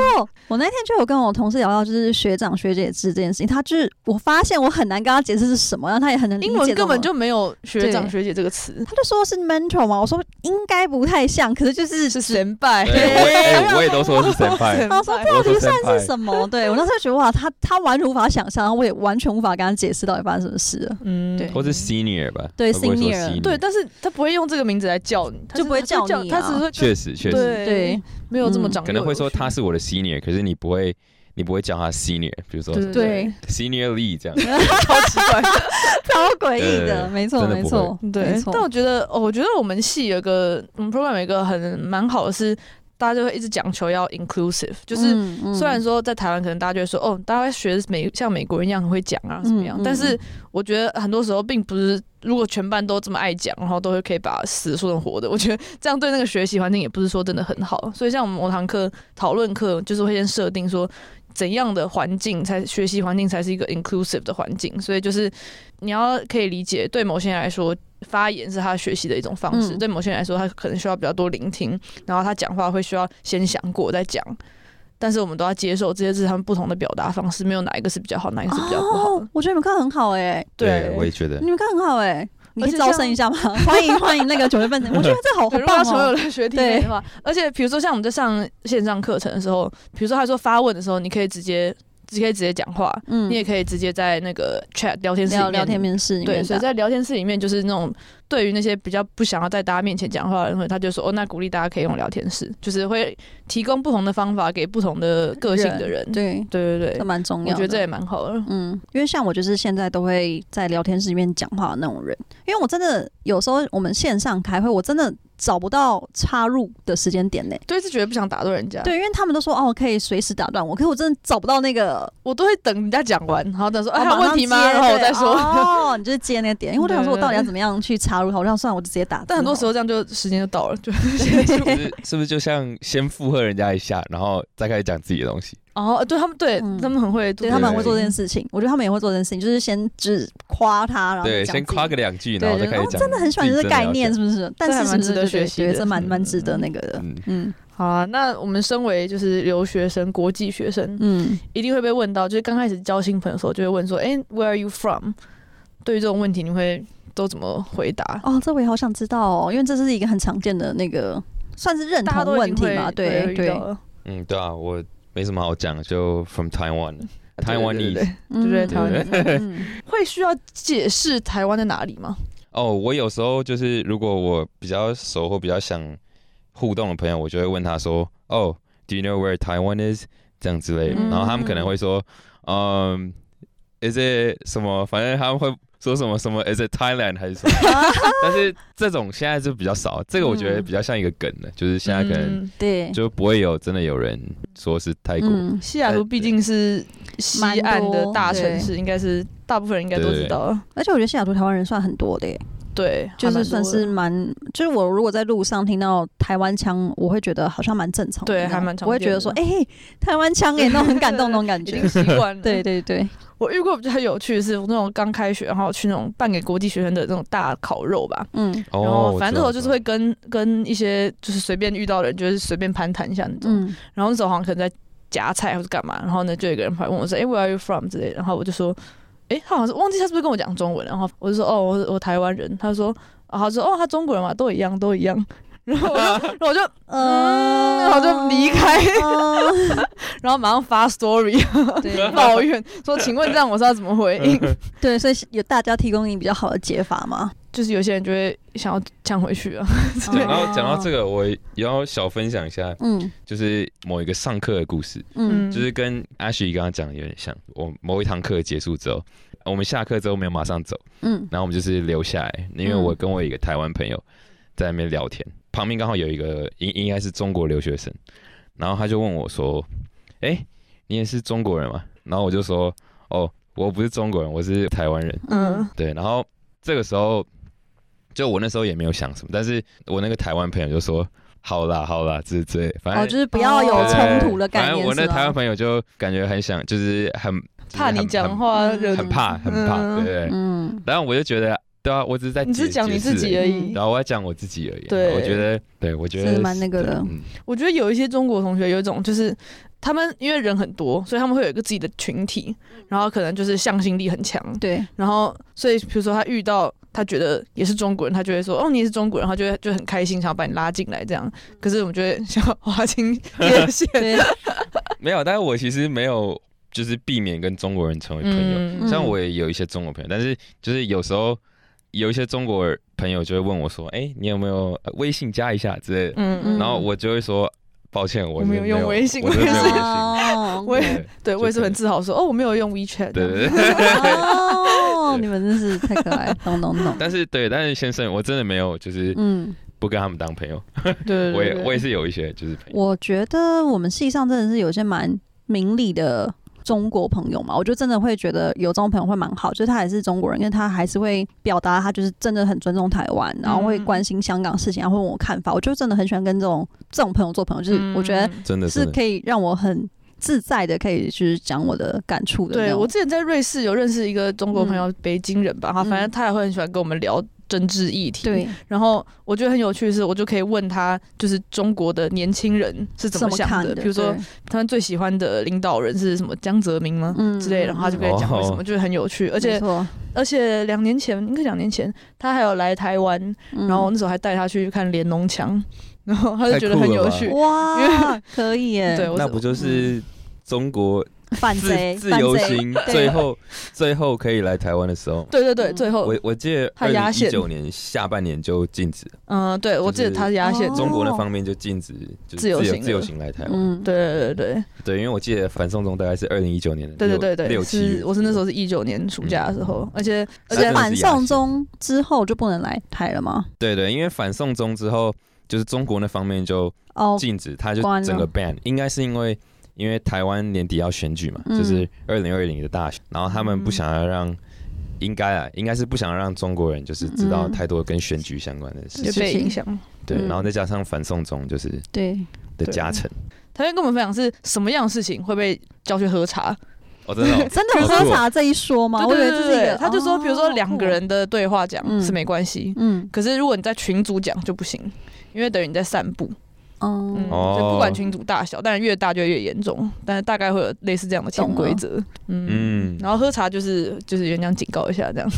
Speaker 2: 我那天就有跟我同事聊到，就是学长学姐制这件事情，他就是我发现我很难跟他解释是什么，让他也很难嗯理解
Speaker 1: 英
Speaker 2: 这种。
Speaker 1: 文根本就没有学长
Speaker 2: 对
Speaker 1: 学姐这个词，
Speaker 2: 他就说是 mentor 嘛，我说应该不太像，可是就是
Speaker 1: 是神拜。
Speaker 3: 对，我也哎，我也都说是神派，
Speaker 2: 然后说
Speaker 3: 我
Speaker 2: 到
Speaker 3: 说
Speaker 2: 底
Speaker 3: 神
Speaker 2: 算是
Speaker 3: 派。
Speaker 2: 什么？对我那时候觉得哇，他他完全无法想象，然后我也完全无法跟他解释到底发生什么事了。
Speaker 1: 嗯，
Speaker 2: 对
Speaker 3: 或是 senior 吧，
Speaker 2: 对
Speaker 3: 会不会说
Speaker 2: senior
Speaker 3: senior
Speaker 1: 对，但是他不会用这个名字来叫你，他
Speaker 2: 就不会
Speaker 1: 叫
Speaker 2: 叫你啊
Speaker 1: 他只是会
Speaker 3: 确实确实，
Speaker 1: 对
Speaker 2: 对，
Speaker 1: 没有这么
Speaker 2: 嗯
Speaker 1: 长幼有序，
Speaker 3: 可能会说他是我的 senior，可是你不会你不会叫他 senior，比如说
Speaker 1: 对
Speaker 3: 什么
Speaker 2: 对，
Speaker 3: senior Lee 这样，
Speaker 1: 超奇怪。
Speaker 2: 超诡异的，
Speaker 3: 呃
Speaker 2: 没错
Speaker 3: 真的
Speaker 2: 没
Speaker 3: 不
Speaker 2: 错，
Speaker 1: 对
Speaker 2: 没，
Speaker 1: 但我
Speaker 2: 错，
Speaker 1: 觉得，哦，我觉得我们系有个我们 program 有一个很蛮好的是。大家就会一直讲求要 inclusive，就是
Speaker 2: 嗯嗯
Speaker 1: 虽然说在台湾可能大家就会说哦，大家学美像美国人一样很会讲啊，怎么样？
Speaker 2: 嗯嗯
Speaker 1: 但是我觉得很多时候并不是，如果全班都这么爱讲，然后都会可以把死说成活的，我觉得这样对那个学习环境也不是说真的很好。所以像我们某堂课讨论课，就是会先设定说。怎样的环境才学习环境才是一个 inclusive 的环境？所以就是你要可以理解，对某些人来说，发言是他学习的一种方式；
Speaker 2: 嗯
Speaker 1: 对某些人来说，他可能需要比较多聆听，然后他讲话会需要先想过再讲。但是我们都要接受这些是他们不同的表达方式，没有哪一个是比较好，哪一个是比较不好的。
Speaker 2: 哦，我觉得你们课很好哎、
Speaker 3: 对，我也觉得
Speaker 2: 你们课很好哎、你
Speaker 1: 而
Speaker 2: 可以
Speaker 1: 且
Speaker 2: 招生一 下吗？欢迎欢迎那个九月份的， 我觉得这好
Speaker 1: 对，
Speaker 2: 好
Speaker 1: 如
Speaker 2: 棒
Speaker 1: 果所
Speaker 2: 哦、
Speaker 1: 有的学弟妹的话，而且比如说像我们在上线上课程的时候，比如说他说发问的时候，你可以直接，只可以直接讲话，
Speaker 2: 嗯
Speaker 1: 你也可以直接在那个 chat 聊天室里
Speaker 2: 聊
Speaker 1: 面
Speaker 2: 聊天面试里面
Speaker 1: 对，
Speaker 2: 的，
Speaker 1: 所以在聊天室里面，就是那种对于那些比较不想要在大家面前讲话的人，他就说哦，那鼓励大家可以用聊天室，就是会提供不同的方法给不同的个性的人。
Speaker 2: 对，
Speaker 1: 对对
Speaker 2: 这
Speaker 1: 对，
Speaker 2: 蛮重要
Speaker 1: 我
Speaker 2: 的。
Speaker 1: 觉得这也蛮好的。
Speaker 2: 嗯，因为像我就是现在都会在聊天室里面讲话的那种人，因为我真的有时候我们线上开会，我真的找不到插入的时间点呢、
Speaker 1: 对，是绝对不想打断人家。
Speaker 2: 对，因为他们都说哦可以随时打断我，可是我真的找不到那个
Speaker 1: 我都会等人家讲完，然后 等说
Speaker 2: 哦
Speaker 1: 哎，还有
Speaker 2: 马上
Speaker 1: 问题吗？
Speaker 2: 接
Speaker 1: 然后我
Speaker 2: 对
Speaker 1: 再说。
Speaker 2: 哦，你就是接那个点，因为我就想说我
Speaker 1: 对对对
Speaker 2: 到底要怎么样去插入它，我就想算了，我就直接打字好了。
Speaker 1: 但很多时候这样就时间就到了，就
Speaker 3: 是不是是不是就像先附和人家一下，然后再开始讲自己的东西？
Speaker 1: 哦，对他们对
Speaker 2: 嗯
Speaker 1: 他们很会做
Speaker 2: 对
Speaker 1: 这件事情，
Speaker 2: 他们很会做这件事情，我觉得他们也会做这件事情，就是先只夸他，然后
Speaker 3: 对，
Speaker 2: 哦讲自己
Speaker 3: 先夸个两句，
Speaker 2: 对
Speaker 3: 然后再
Speaker 2: 就
Speaker 3: 开
Speaker 2: 是
Speaker 3: 始
Speaker 2: 哦
Speaker 3: 讲。
Speaker 2: 真的很喜欢这个概念，
Speaker 3: 自
Speaker 2: 是不是？但
Speaker 1: 这还
Speaker 2: 是是
Speaker 1: 蛮
Speaker 2: 不是
Speaker 1: 值得
Speaker 2: 对对
Speaker 1: 学习
Speaker 2: 对
Speaker 1: 的
Speaker 2: 这蛮蛮值得那个的。
Speaker 3: 嗯，
Speaker 2: 嗯
Speaker 1: 好啊。那我们身为就是留学生、国际学生，
Speaker 2: 嗯，
Speaker 1: 一定会被问到，就是刚开始交新朋友的时候，就会问说：“哎、w h e r e are you from？” 对于这种问题，你会都怎么回答？
Speaker 2: 哦，这我也好想知道哦，因为这是一个很常见的那个算是认
Speaker 1: 大家
Speaker 2: 同
Speaker 1: 都一
Speaker 2: 问
Speaker 1: 定
Speaker 2: 题
Speaker 1: 会
Speaker 2: 嘛，
Speaker 1: 会
Speaker 2: 对
Speaker 1: 遇
Speaker 2: 对
Speaker 1: 到，的
Speaker 3: 嗯，对啊，我没什么好讲，就 from Taiwan，
Speaker 1: 啊对对对
Speaker 3: Taiwanese
Speaker 1: 对
Speaker 2: 嗯
Speaker 1: 对
Speaker 3: 台湾人
Speaker 2: 嗯嗯
Speaker 1: 会需要解释台湾在哪里吗？
Speaker 3: 哦，我有时候就是如果我比较熟或比较想互动的朋友，我就会问他说：“哦、d o you know where Taiwan is？” 这样之类的。
Speaker 1: 嗯
Speaker 3: 然后他们可能会说：“嗯，is it 什么？”反正他们会说什么什么 “is it Thailand” 还 是什么。但是这种现在就比较少，这个我觉得比较像一个梗的，就是现在可能
Speaker 1: 嗯
Speaker 2: 对，
Speaker 3: 就不会有真的有人说是泰国。
Speaker 2: 嗯，
Speaker 1: 西雅图毕竟是西岸的大城市，应该是大部分人应该都知道。
Speaker 2: 而且我觉得西雅图台湾人算很多的耶，
Speaker 1: 对，
Speaker 2: 就是算
Speaker 1: 还
Speaker 2: 是
Speaker 1: 蛮
Speaker 2: 蛮，就是我如果在路上听到台湾腔，我会觉得好像蛮正常的
Speaker 1: 对
Speaker 2: 那种，
Speaker 1: 还蛮常
Speaker 2: 我会觉得说，哎、台湾腔哎、那种很感动那 种感
Speaker 1: 多的已
Speaker 2: 觉
Speaker 1: 经。习惯了。
Speaker 2: 对，对对，
Speaker 1: 我遇过比较有趣的是，我那种刚开学，然后去那种办给国际学生的那种大烤肉吧，
Speaker 2: 嗯
Speaker 3: 哦
Speaker 1: 然后反正那
Speaker 3: 我
Speaker 1: 种就
Speaker 3: 知
Speaker 1: 是
Speaker 3: 道
Speaker 1: 会跟跟一些就是随便遇到的人，就是随便攀谈一下那种。
Speaker 2: 嗯，
Speaker 1: 然后那时候好像可能在夹菜或者干嘛，然后呢就有一个人跑来问我说：“哎、w h e r e are you from？” 之类的，然后我就说：“哎、他好像是忘记他是不是跟我讲中文了，然后我就说：“哦，我我台湾人。”他说：“啊，他说哦，他中国人嘛，都一样，都一样。”然后我就， 然后我就，嗯，然后就离开，
Speaker 2: 嗯
Speaker 1: 然后马上发 story
Speaker 2: 对
Speaker 1: 抱怨说：“请问这样我是要怎么回应
Speaker 3: 嗯
Speaker 2: 对，所以有大家提供你比较好的解法吗？？”
Speaker 1: 就是有些人就会想要呛回去啊，
Speaker 3: 讲到讲到这
Speaker 2: 个，
Speaker 3: 个，我也要小分享一下，
Speaker 2: 嗯
Speaker 3: 就是某一个上课的故事。
Speaker 2: 嗯
Speaker 3: 就是跟 Ashley 刚刚讲的有点像。我某一堂课结束之后，我们下课之后没有马上走，
Speaker 2: 嗯
Speaker 3: 然后我们就是留下来，因为
Speaker 2: 嗯
Speaker 3: 我跟我一个台湾朋友在那边聊天，旁边刚好有一个应应该是中国留学生，然后他就问我说：“哎、你也是中国人吗？”然后我就说：“哦，我不是中国人，我是台湾人。”
Speaker 1: 嗯
Speaker 2: 嗯，
Speaker 3: 对，然后这个时候，就我那时候也没有想什么，但是我那个台湾朋友就说：“好啦，好啦，这这，反正
Speaker 2: 哦，就是不要有
Speaker 3: 哎对
Speaker 2: 冲突的概
Speaker 3: 反正
Speaker 2: 念，
Speaker 3: 我
Speaker 2: 是
Speaker 3: 那
Speaker 2: 吗
Speaker 3: 台湾朋友就感觉很想，就是很就是
Speaker 1: 怕你
Speaker 3: 很
Speaker 1: 讲
Speaker 3: 很
Speaker 1: 话啊
Speaker 2: 嗯
Speaker 1: 惹
Speaker 3: 很怕，很怕，
Speaker 1: 嗯
Speaker 3: 对对对。
Speaker 2: 嗯
Speaker 3: 然后我就觉得，对啊，我只是在
Speaker 1: 你只是
Speaker 3: 解
Speaker 1: 讲你自己，
Speaker 3: 解释
Speaker 1: 而
Speaker 2: 嗯
Speaker 1: 已
Speaker 3: 已。然后我要讲我自己而已。
Speaker 1: 对
Speaker 3: 我觉得，对我觉
Speaker 2: 是
Speaker 3: 得
Speaker 2: 蛮那个
Speaker 3: 对
Speaker 2: 的
Speaker 3: 嗯
Speaker 1: 我觉得有一些中国同学有一种就是。他们因为人很多，所以他们会有一个自己的群体，然后可能就是向心力很强，
Speaker 2: 对，
Speaker 1: 然后所以比如说他遇到他觉得也是中国人，他就会说哦你也是中国人，他就会就很开心，想要把你拉进来
Speaker 3: 嗯
Speaker 1: 这样。可是我们就会想 要划清界限，
Speaker 2: 对，
Speaker 3: 没有，但是我其实没有，就是避免跟中国人成为朋友。
Speaker 1: 嗯
Speaker 2: 嗯
Speaker 3: 虽然我也有一些中国朋友，但是就是有时候有一些中国朋友就会问我说：“哎，你有没有呃微信加一下之类的？”
Speaker 1: 嗯嗯，
Speaker 3: 然后我就会说：“抱歉，我
Speaker 1: 我没有
Speaker 3: 是
Speaker 1: 用微信
Speaker 3: 我是没有微信。
Speaker 2: 哦
Speaker 1: 我也
Speaker 3: 对”
Speaker 1: 对我也是很自豪说哦我没有用 WeChat，
Speaker 3: 对对对。
Speaker 2: 哦，你们真是太可爱，懂懂懂。
Speaker 3: 但是对，但是先生，我真的没有，就是
Speaker 2: 嗯，
Speaker 3: 不跟他们当朋友。
Speaker 1: 对对对
Speaker 3: 我也
Speaker 1: 对
Speaker 3: 我也是有一些就是朋友，
Speaker 2: 我觉得我们系上真的是有些蛮明理的中国朋友嘛，我就真的会觉得有这种朋友会蛮好，就是他也是中国人，因为他还是会表达他就是真的很尊重台湾，然后
Speaker 1: 嗯
Speaker 2: 会关心香港事情，然后会问我看法，我就真的很喜欢跟这种这种朋友做朋友，就是我觉得
Speaker 1: 嗯
Speaker 3: 真的
Speaker 2: 是
Speaker 3: 真的
Speaker 2: 可以让我很自在的，可以去讲我的感触的那
Speaker 1: 对
Speaker 2: 种。嗯
Speaker 1: 我之前在瑞士有认识一个中国朋友，北京人吧，他反正他也会很喜欢跟我们聊政治议题。，
Speaker 2: 对
Speaker 1: 然后我觉得很有趣的是，我就可以问他，就是中国的年轻人是怎么
Speaker 2: 么看
Speaker 1: 想
Speaker 2: 的？
Speaker 1: 比如说
Speaker 2: 对，
Speaker 1: 他们最喜欢的领导人是什么江泽民吗？
Speaker 2: 嗯
Speaker 1: 之类的，然后他就可以讲为什么，
Speaker 3: 哦
Speaker 1: 就是很有趣。而
Speaker 2: 没
Speaker 1: 且
Speaker 2: 错
Speaker 1: 而且两年前，应该两年前，他还有来台湾，
Speaker 2: 嗯
Speaker 1: 然后我那时候还带他去看连农墙，然后他就觉得
Speaker 3: 太酷
Speaker 1: 很
Speaker 3: 了
Speaker 1: 有
Speaker 3: 吧
Speaker 1: 趣。因
Speaker 2: 哇，可以 耶，
Speaker 1: 对，我嗯
Speaker 3: 那不就是中国
Speaker 2: 反
Speaker 3: 自
Speaker 2: 贼
Speaker 3: 自
Speaker 2: 反
Speaker 3: 由
Speaker 2: 贼
Speaker 3: 行
Speaker 2: 对
Speaker 3: 最后最后可以来台湾的时候？
Speaker 1: 对对对，
Speaker 2: 嗯
Speaker 1: 最后
Speaker 3: 我我记得
Speaker 1: 他
Speaker 3: 二零
Speaker 1: 哦压
Speaker 3: 一
Speaker 1: 线
Speaker 3: 九年下半年就禁止了，
Speaker 1: 嗯、对我记得他是压线
Speaker 2: 哦，
Speaker 3: 中国那方面就禁止就是
Speaker 1: 自由行了
Speaker 3: 自由行来台湾。
Speaker 2: 嗯，
Speaker 1: 对对对对
Speaker 3: 对，因为我记得反送中大概是二零一九年的
Speaker 1: 对
Speaker 3: 六
Speaker 1: 对对对，
Speaker 3: 六七
Speaker 1: 是
Speaker 3: 月，
Speaker 1: 我是那时候是一九年暑假的时
Speaker 2: 嗯
Speaker 1: 候，而且而
Speaker 3: 那真
Speaker 1: 且
Speaker 3: 的
Speaker 2: 反
Speaker 3: 是压
Speaker 2: 送
Speaker 3: 线
Speaker 2: 中之后就不能来台了吗？
Speaker 3: 对对，因为反送中之后，就是中国那方面就
Speaker 2: 哦，
Speaker 3: 禁止，他就
Speaker 2: 关了
Speaker 3: 整个 ban，应该是因为因为台湾年底要选举嘛，
Speaker 2: 嗯
Speaker 3: 就是二零二零的大选，然后他们
Speaker 1: 嗯
Speaker 3: 不想要让，应该啊，应该是不想让中国人就是知道
Speaker 2: 嗯
Speaker 3: 太多跟选举相关的事情，
Speaker 1: 就被影响。
Speaker 3: 对，
Speaker 2: 嗯
Speaker 3: 然后再加上反送中就是
Speaker 2: 对，
Speaker 3: 的
Speaker 1: 对
Speaker 3: 加成，
Speaker 1: 他就跟我们分享是什么样的事情会被叫去喝茶，
Speaker 3: 哦，真的哦、
Speaker 2: 真的有
Speaker 3: 好酷
Speaker 2: 喝
Speaker 3: 哦
Speaker 2: 茶这一说吗？我
Speaker 1: 对
Speaker 2: 以
Speaker 1: 对
Speaker 2: 为
Speaker 1: 对
Speaker 2: 这
Speaker 1: 对
Speaker 2: 是一个，
Speaker 1: 对他就说，比如说两个
Speaker 2: 哦，
Speaker 1: 人的对话讲
Speaker 2: 嗯
Speaker 1: 是没关系，
Speaker 2: 嗯
Speaker 1: 可是如果你在群组讲就不行，因为等于你在散步，嗯，
Speaker 2: 嗯，
Speaker 3: 哦
Speaker 1: 就不管群组大小，但越大就越严重，但是大概会有类似这样的潜
Speaker 2: 懂了
Speaker 1: 规则，嗯
Speaker 3: 嗯，
Speaker 1: 然后喝茶就是就是原谅警告一下这样，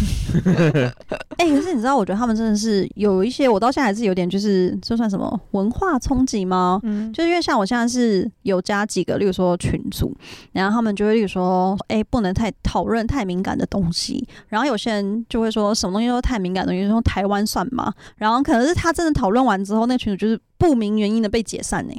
Speaker 2: 哎，可是你知道，我觉得他们真的是有一些，我到现在还是有点就是，这算什么文化冲击吗？
Speaker 1: 嗯，
Speaker 2: 就是因为像我现在是有加几个，例如说群组，然后他们就会例如说，哎、不能太讨论太敏感的东西。然后有些人就会说什么东西都太敏感的东西，说台湾算吗？然后可能是他真的讨论完之后，那群组就是不明原因的被解散呢、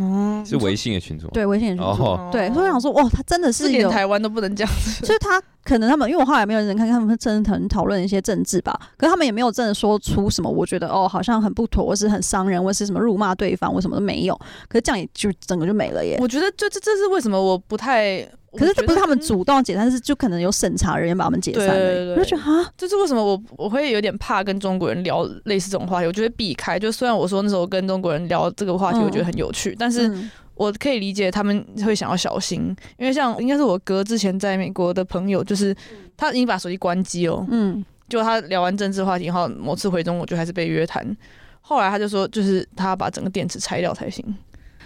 Speaker 1: 哦，
Speaker 3: 是微信的群组吗，
Speaker 2: 对，危险群组。
Speaker 3: 哦
Speaker 2: 对，所以我想说，哇，他真的
Speaker 1: 是
Speaker 2: 是
Speaker 1: 连
Speaker 2: 有，
Speaker 1: 台湾都不能讲，
Speaker 2: 就是他可能他们，因为我后来没有认真看，他们真的很讨论一些政治吧，可是他们也没有真的说出什么，我觉得哦，好像很不妥，或是很伤人，或是什么辱骂对方，我什么都没有。可是这样也就整个就没了耶。
Speaker 1: 我觉得这这这是为什么我嗯不太，
Speaker 2: 可是这不是他们
Speaker 1: 主，
Speaker 2: 主动解散，是就可能有审查人员把他们解散
Speaker 1: 对
Speaker 2: 了
Speaker 1: 对对
Speaker 2: 耶。我就觉得啊，
Speaker 1: 这是为什么我我会有点怕跟中国人聊类似这种话题，我就会避开。就虽然我说那时候跟中国人聊这个话题，
Speaker 2: 嗯
Speaker 1: 我觉得很有趣，但是
Speaker 2: 嗯
Speaker 1: 我可以理解他们会想要小心，因为像应该是我哥之前在美国的朋友，就是他已经把手机关机哦，
Speaker 2: 嗯，
Speaker 1: 就他聊完政治话题后，某次回中国就还是被约谈。后来他就说，就是他把整个电池拆掉才行。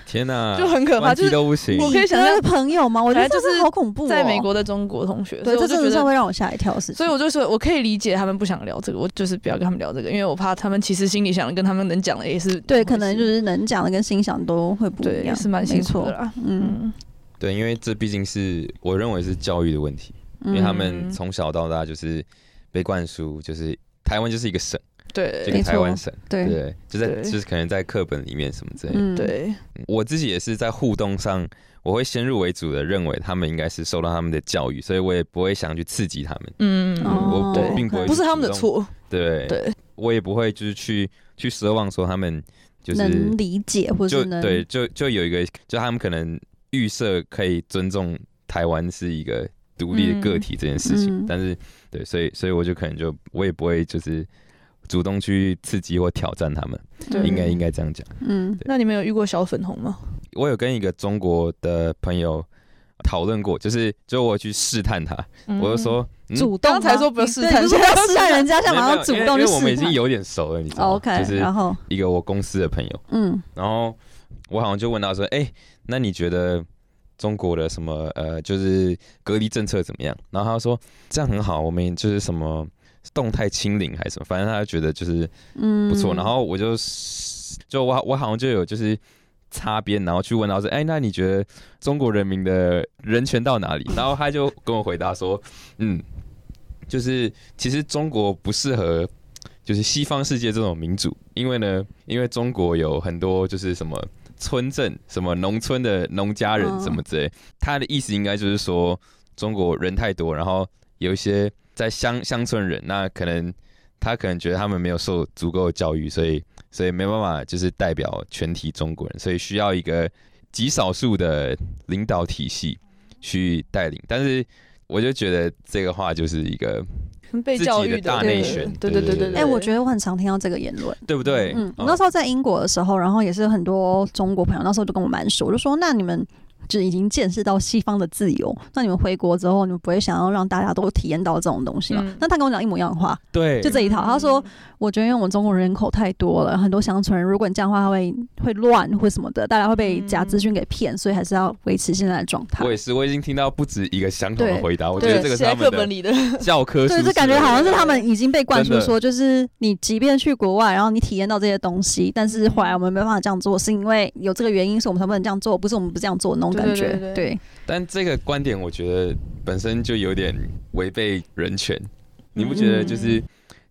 Speaker 3: 天哪、
Speaker 1: 就很可怕
Speaker 3: 啊关机
Speaker 1: 就是
Speaker 3: 都不行，
Speaker 1: 我可以
Speaker 2: 你
Speaker 1: 想
Speaker 2: 哥
Speaker 1: 象
Speaker 2: 的朋友吗？我觉
Speaker 1: 反
Speaker 2: 得
Speaker 1: 正
Speaker 2: 这
Speaker 1: 就是
Speaker 2: 是好恐怖哦。
Speaker 1: 在美，国的中国同学，所
Speaker 2: 对，
Speaker 1: 以
Speaker 2: 这
Speaker 1: 我就
Speaker 2: 真
Speaker 1: 觉
Speaker 2: 的
Speaker 1: 得
Speaker 2: 是会让我吓一跳的事情。
Speaker 1: 所以我就说，我可以理解他们不想聊这个，我就是不要跟他们聊这个，因为我怕他们其实心里想的跟他们能讲的也是
Speaker 2: 对，可能就是是能讲的跟心想都会不
Speaker 1: 对，
Speaker 2: 一
Speaker 1: 也
Speaker 2: 样，
Speaker 1: 是蛮
Speaker 2: 没
Speaker 1: 辛苦
Speaker 2: 错
Speaker 1: 的。啦。
Speaker 2: 嗯，
Speaker 1: 嗯，
Speaker 3: 对，因为这毕竟是我认为是教育的问题，因为他们
Speaker 1: 嗯
Speaker 3: 从小到大就是被灌输，就是台湾就是一个省，这
Speaker 1: 呃对
Speaker 3: 个
Speaker 2: 没错
Speaker 3: 台湾省。
Speaker 2: 对
Speaker 3: 对，就在
Speaker 1: 对
Speaker 3: 就是可能在课本里面什么之类的。
Speaker 2: 嗯，
Speaker 1: 对，
Speaker 3: 我自己也是在互动上，我会先入为主的认为他们应该是受到他们的教育，所以我也不会想去刺激他们。
Speaker 1: 嗯，
Speaker 2: 哦
Speaker 3: 我
Speaker 1: 对
Speaker 3: 我并不会
Speaker 1: 不是他们的
Speaker 3: 主动，
Speaker 1: 错，
Speaker 3: 对，
Speaker 1: 对，
Speaker 3: 我也不会就是去去奢望说他们就是
Speaker 2: 能理解或
Speaker 3: 就是
Speaker 2: 能
Speaker 3: 对，就就有一个，就他们可能预设可以尊重台湾是一个独立的个体这件事情，
Speaker 2: 嗯嗯
Speaker 3: 但是对，所以所以我就可能就我也不会就是主动去刺激或挑战他们，
Speaker 1: 对
Speaker 3: 应该应该这样讲。
Speaker 2: 嗯
Speaker 1: 那你们有遇过小粉红吗？
Speaker 3: 我有跟一个中国的朋友讨论过，就是就我去试探他，我就说，嗯、
Speaker 2: 主动
Speaker 1: 刚才
Speaker 2: 吗
Speaker 1: 说不要
Speaker 2: 你
Speaker 1: 试
Speaker 2: 对
Speaker 1: 探
Speaker 2: 你不是
Speaker 1: 现在
Speaker 2: 要试探人家，
Speaker 3: 没有
Speaker 2: 想马上主动
Speaker 3: 因为
Speaker 2: 就
Speaker 3: 因为我们
Speaker 2: 试
Speaker 3: 已经
Speaker 2: 探。哦
Speaker 3: 有点熟了，你知道吗
Speaker 2: OK，
Speaker 3: 就是
Speaker 2: 然后
Speaker 3: 一个我公司的朋友，
Speaker 2: 嗯
Speaker 3: 然后我好像就问他说，哎、那你觉得？中国的什么呃，就是隔离政策怎么样？然后他说这样很好，我们就是什么动态清零还是什么，反正他觉得就是
Speaker 2: 嗯
Speaker 3: 不错。然后我就就我我好像就有就是擦边，然后去问他说：“哎、那你觉得中国人民的人权到哪里？”然后他就跟我回答说：“嗯，就是其实中国不适合。”就是西方世界这种民主，因为呢，因为中国有很多就是什么村镇、什么农村的农家人
Speaker 2: 嗯
Speaker 3: 什么之类，他的意思应该就是说中国人太多，然后有一些在乡乡村人，那可能他可能觉得他们没有受足够的教育，所以所以没办法就是代表全体中国人，所以需要一个极少数的领导体系去带领。但是我就觉得这个话就是一个
Speaker 1: 被
Speaker 3: 自
Speaker 1: 教
Speaker 3: 己
Speaker 1: 育
Speaker 3: 的
Speaker 1: 的
Speaker 3: 大
Speaker 1: 对
Speaker 3: 内宣，
Speaker 1: 对
Speaker 3: 对
Speaker 1: 对对对。
Speaker 2: 哎、我觉得我很常听到这个言论。
Speaker 3: 对不对？
Speaker 2: 嗯，我
Speaker 3: 嗯
Speaker 2: 那时候在英国的时候，然后也是很多中国朋友，那时候就跟我蛮熟，我就说那你们。就已经见识到西方的自由，那你们回国之后，你们不会想要让大家都体验到这种东西吗？
Speaker 1: 嗯
Speaker 2: 那他跟我讲一模一样的话，
Speaker 3: 对，
Speaker 2: 就这一套。他说
Speaker 1: 嗯，
Speaker 2: 我觉得因为我们中国人口太多了，很多乡村人，如果你这样的话，他会会乱或什么的，大家会被假资讯给骗，所以还是要维持现在的状态
Speaker 3: 我。也是，我已经听到不止一个相同的
Speaker 2: 对
Speaker 3: 回答。我觉
Speaker 1: 对
Speaker 3: 得这个是
Speaker 1: 写在
Speaker 3: 他
Speaker 1: 课本
Speaker 3: 们的
Speaker 1: 里的，
Speaker 3: 教科书式
Speaker 2: 对，
Speaker 3: 的，
Speaker 2: 就感觉好像是他们已经被灌
Speaker 3: 真
Speaker 2: 输
Speaker 3: 的
Speaker 2: 说，就是你即便去国外，然后你体验到这些东西，但
Speaker 1: 嗯
Speaker 2: 是后来我们没办法这样做，是因为有这个原因，所以我们才不能这样做，不是我们不这样做那种感觉。
Speaker 1: 对对对对
Speaker 3: 但这个观点，我觉得本身就有点违背人权，你不觉得？
Speaker 2: 嗯
Speaker 3: 就是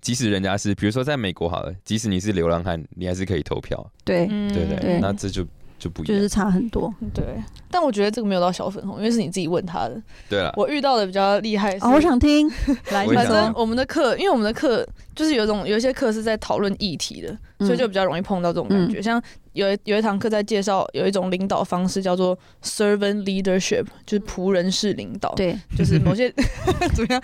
Speaker 3: 即使人家是，比如说在美国好了，即使你是流浪汉，你还是可以投票，
Speaker 2: 对
Speaker 1: 嗯
Speaker 3: 对不
Speaker 2: 对
Speaker 3: 对？那这就就不一
Speaker 2: 就是
Speaker 3: 样。
Speaker 2: 差很多。
Speaker 1: 对。但我觉得这个没有到小粉红，因为是你自己问他的。
Speaker 3: 对了，
Speaker 1: 我遇到的比较厉害是，
Speaker 2: 哦，我 想听，来，你
Speaker 3: 我也
Speaker 1: 反
Speaker 3: 想
Speaker 1: 正
Speaker 2: 说，
Speaker 1: 我们的课，因为我们的课就是有一种有一些课是在讨论议题的，
Speaker 2: 嗯
Speaker 3: 嗯
Speaker 1: 所以就比较容易碰到这种感觉。像有一有一堂课在介绍有一种领导方式叫做 servant leadership，就是仆人式领导，
Speaker 2: 对
Speaker 1: 就是某些怎么样。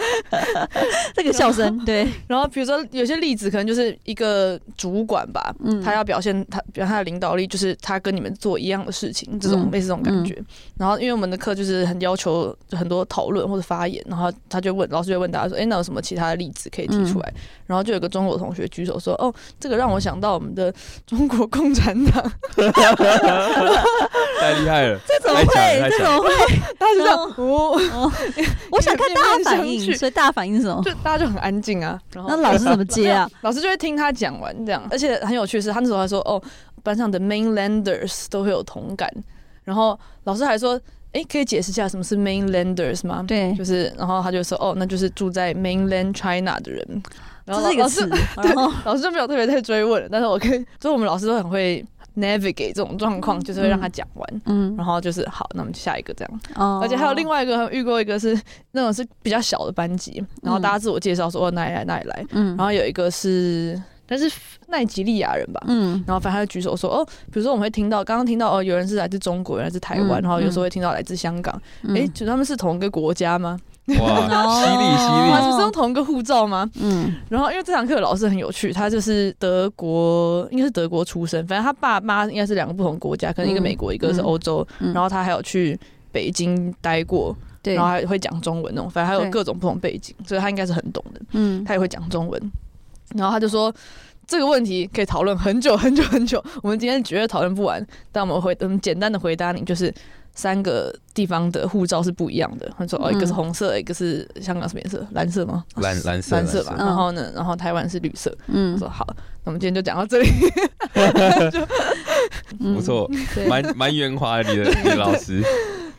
Speaker 2: 这个笑声， 对，
Speaker 1: 然后比如说有些例子可能就是一个主管吧，
Speaker 2: 嗯，
Speaker 1: 他要表现他表现他的领导力，就是他跟你们做一样的事情，这种、
Speaker 2: 嗯
Speaker 1: 类似这种感觉。然后因为我们的课就是很要求很多讨论或者发言，然后他就问老师就问大家说，哎、那有什么其他的例子可以提出来？然后就有个中国同学举手说，哦，这个让我想到我们的中国共产党，
Speaker 3: 太厉害了，
Speaker 2: 这怎么
Speaker 3: 太强了
Speaker 2: 会？
Speaker 3: 太
Speaker 1: 大家就
Speaker 2: 这怎么会？
Speaker 3: 强了
Speaker 1: 这样
Speaker 2: 哦
Speaker 1: 哦，
Speaker 2: 哦，我想看大家
Speaker 1: 面面
Speaker 2: 的反
Speaker 1: 相
Speaker 2: 应，
Speaker 1: 觑
Speaker 2: 所以大家反应是什么？
Speaker 1: 就大家就很安静啊。然后
Speaker 2: 那老师怎 么接啊？
Speaker 1: 老师就会听他讲完这样，而且很有趣的是，他那时候还说，哦，班上的 mainlanders 都会有同感。然后老师还说，诶，可以解释一下什么是 mainlanders 吗？，
Speaker 2: 对
Speaker 1: 就，是，然后他就说，哦，那就是住在 mainland China 的人。然后
Speaker 2: 这是一
Speaker 1: 老
Speaker 2: 个
Speaker 1: 师
Speaker 2: 词，然后
Speaker 1: 老师就没有特别在追问了，但是我跟就是我们老师都很会 navigate 这种状况，就是会让他讲完，
Speaker 2: 嗯，
Speaker 1: 然后就是好，那我们就下一个这样。
Speaker 2: 哦
Speaker 1: 而且还有另外一个遇过一个是那种是比较小的班级，然后大家自我介绍说哦哪里来哪里来，
Speaker 2: 嗯，
Speaker 1: 然后有一个是，但是奈及利亚人吧。
Speaker 2: 嗯，
Speaker 1: 然后反正他就举手说哦，比如说我们会听到，刚刚听到哦，有人是来自中国，有人来自台湾，
Speaker 2: 嗯
Speaker 1: 然后有时候会听到来自香港，
Speaker 2: 嗯
Speaker 1: 哎、觉得他们是同一个国家吗？
Speaker 2: 哦
Speaker 3: 哇，犀利犀
Speaker 1: 哇、
Speaker 3: 利，
Speaker 1: 是用同一个护照吗？
Speaker 2: 嗯
Speaker 1: 然后因为这堂课老师很有趣，他就是德国，应该是德国出生，反正他爸妈应该是两个不同国家，可能一个
Speaker 2: 嗯
Speaker 1: 美国，一个是欧洲，
Speaker 2: 嗯
Speaker 1: 然后他还有去北京待过，
Speaker 2: 对
Speaker 1: 然后，还会讲中文那种，反正还有
Speaker 2: 对
Speaker 1: 各种不同背景，所以他应该是很懂的。
Speaker 2: 嗯
Speaker 1: 他也会讲中文，然后他就说这个问题可以讨论很久很久很久，我们今天绝对讨论不完。但我们回嗯简单的回答你，就是三个地方的护照是不一样的。他说哦，
Speaker 2: 嗯
Speaker 1: 一个是红色，一个是香港什么颜色？蓝色吗？
Speaker 3: 蓝蓝色
Speaker 1: 蓝色吧。
Speaker 2: 蓝色
Speaker 1: 然后呢，然后台湾是绿色。我
Speaker 2: 嗯
Speaker 1: 说好，那我们今天就讲到这里。
Speaker 2: 嗯
Speaker 3: 不错，
Speaker 1: 对
Speaker 3: 蛮蛮圆滑的，你的你的老师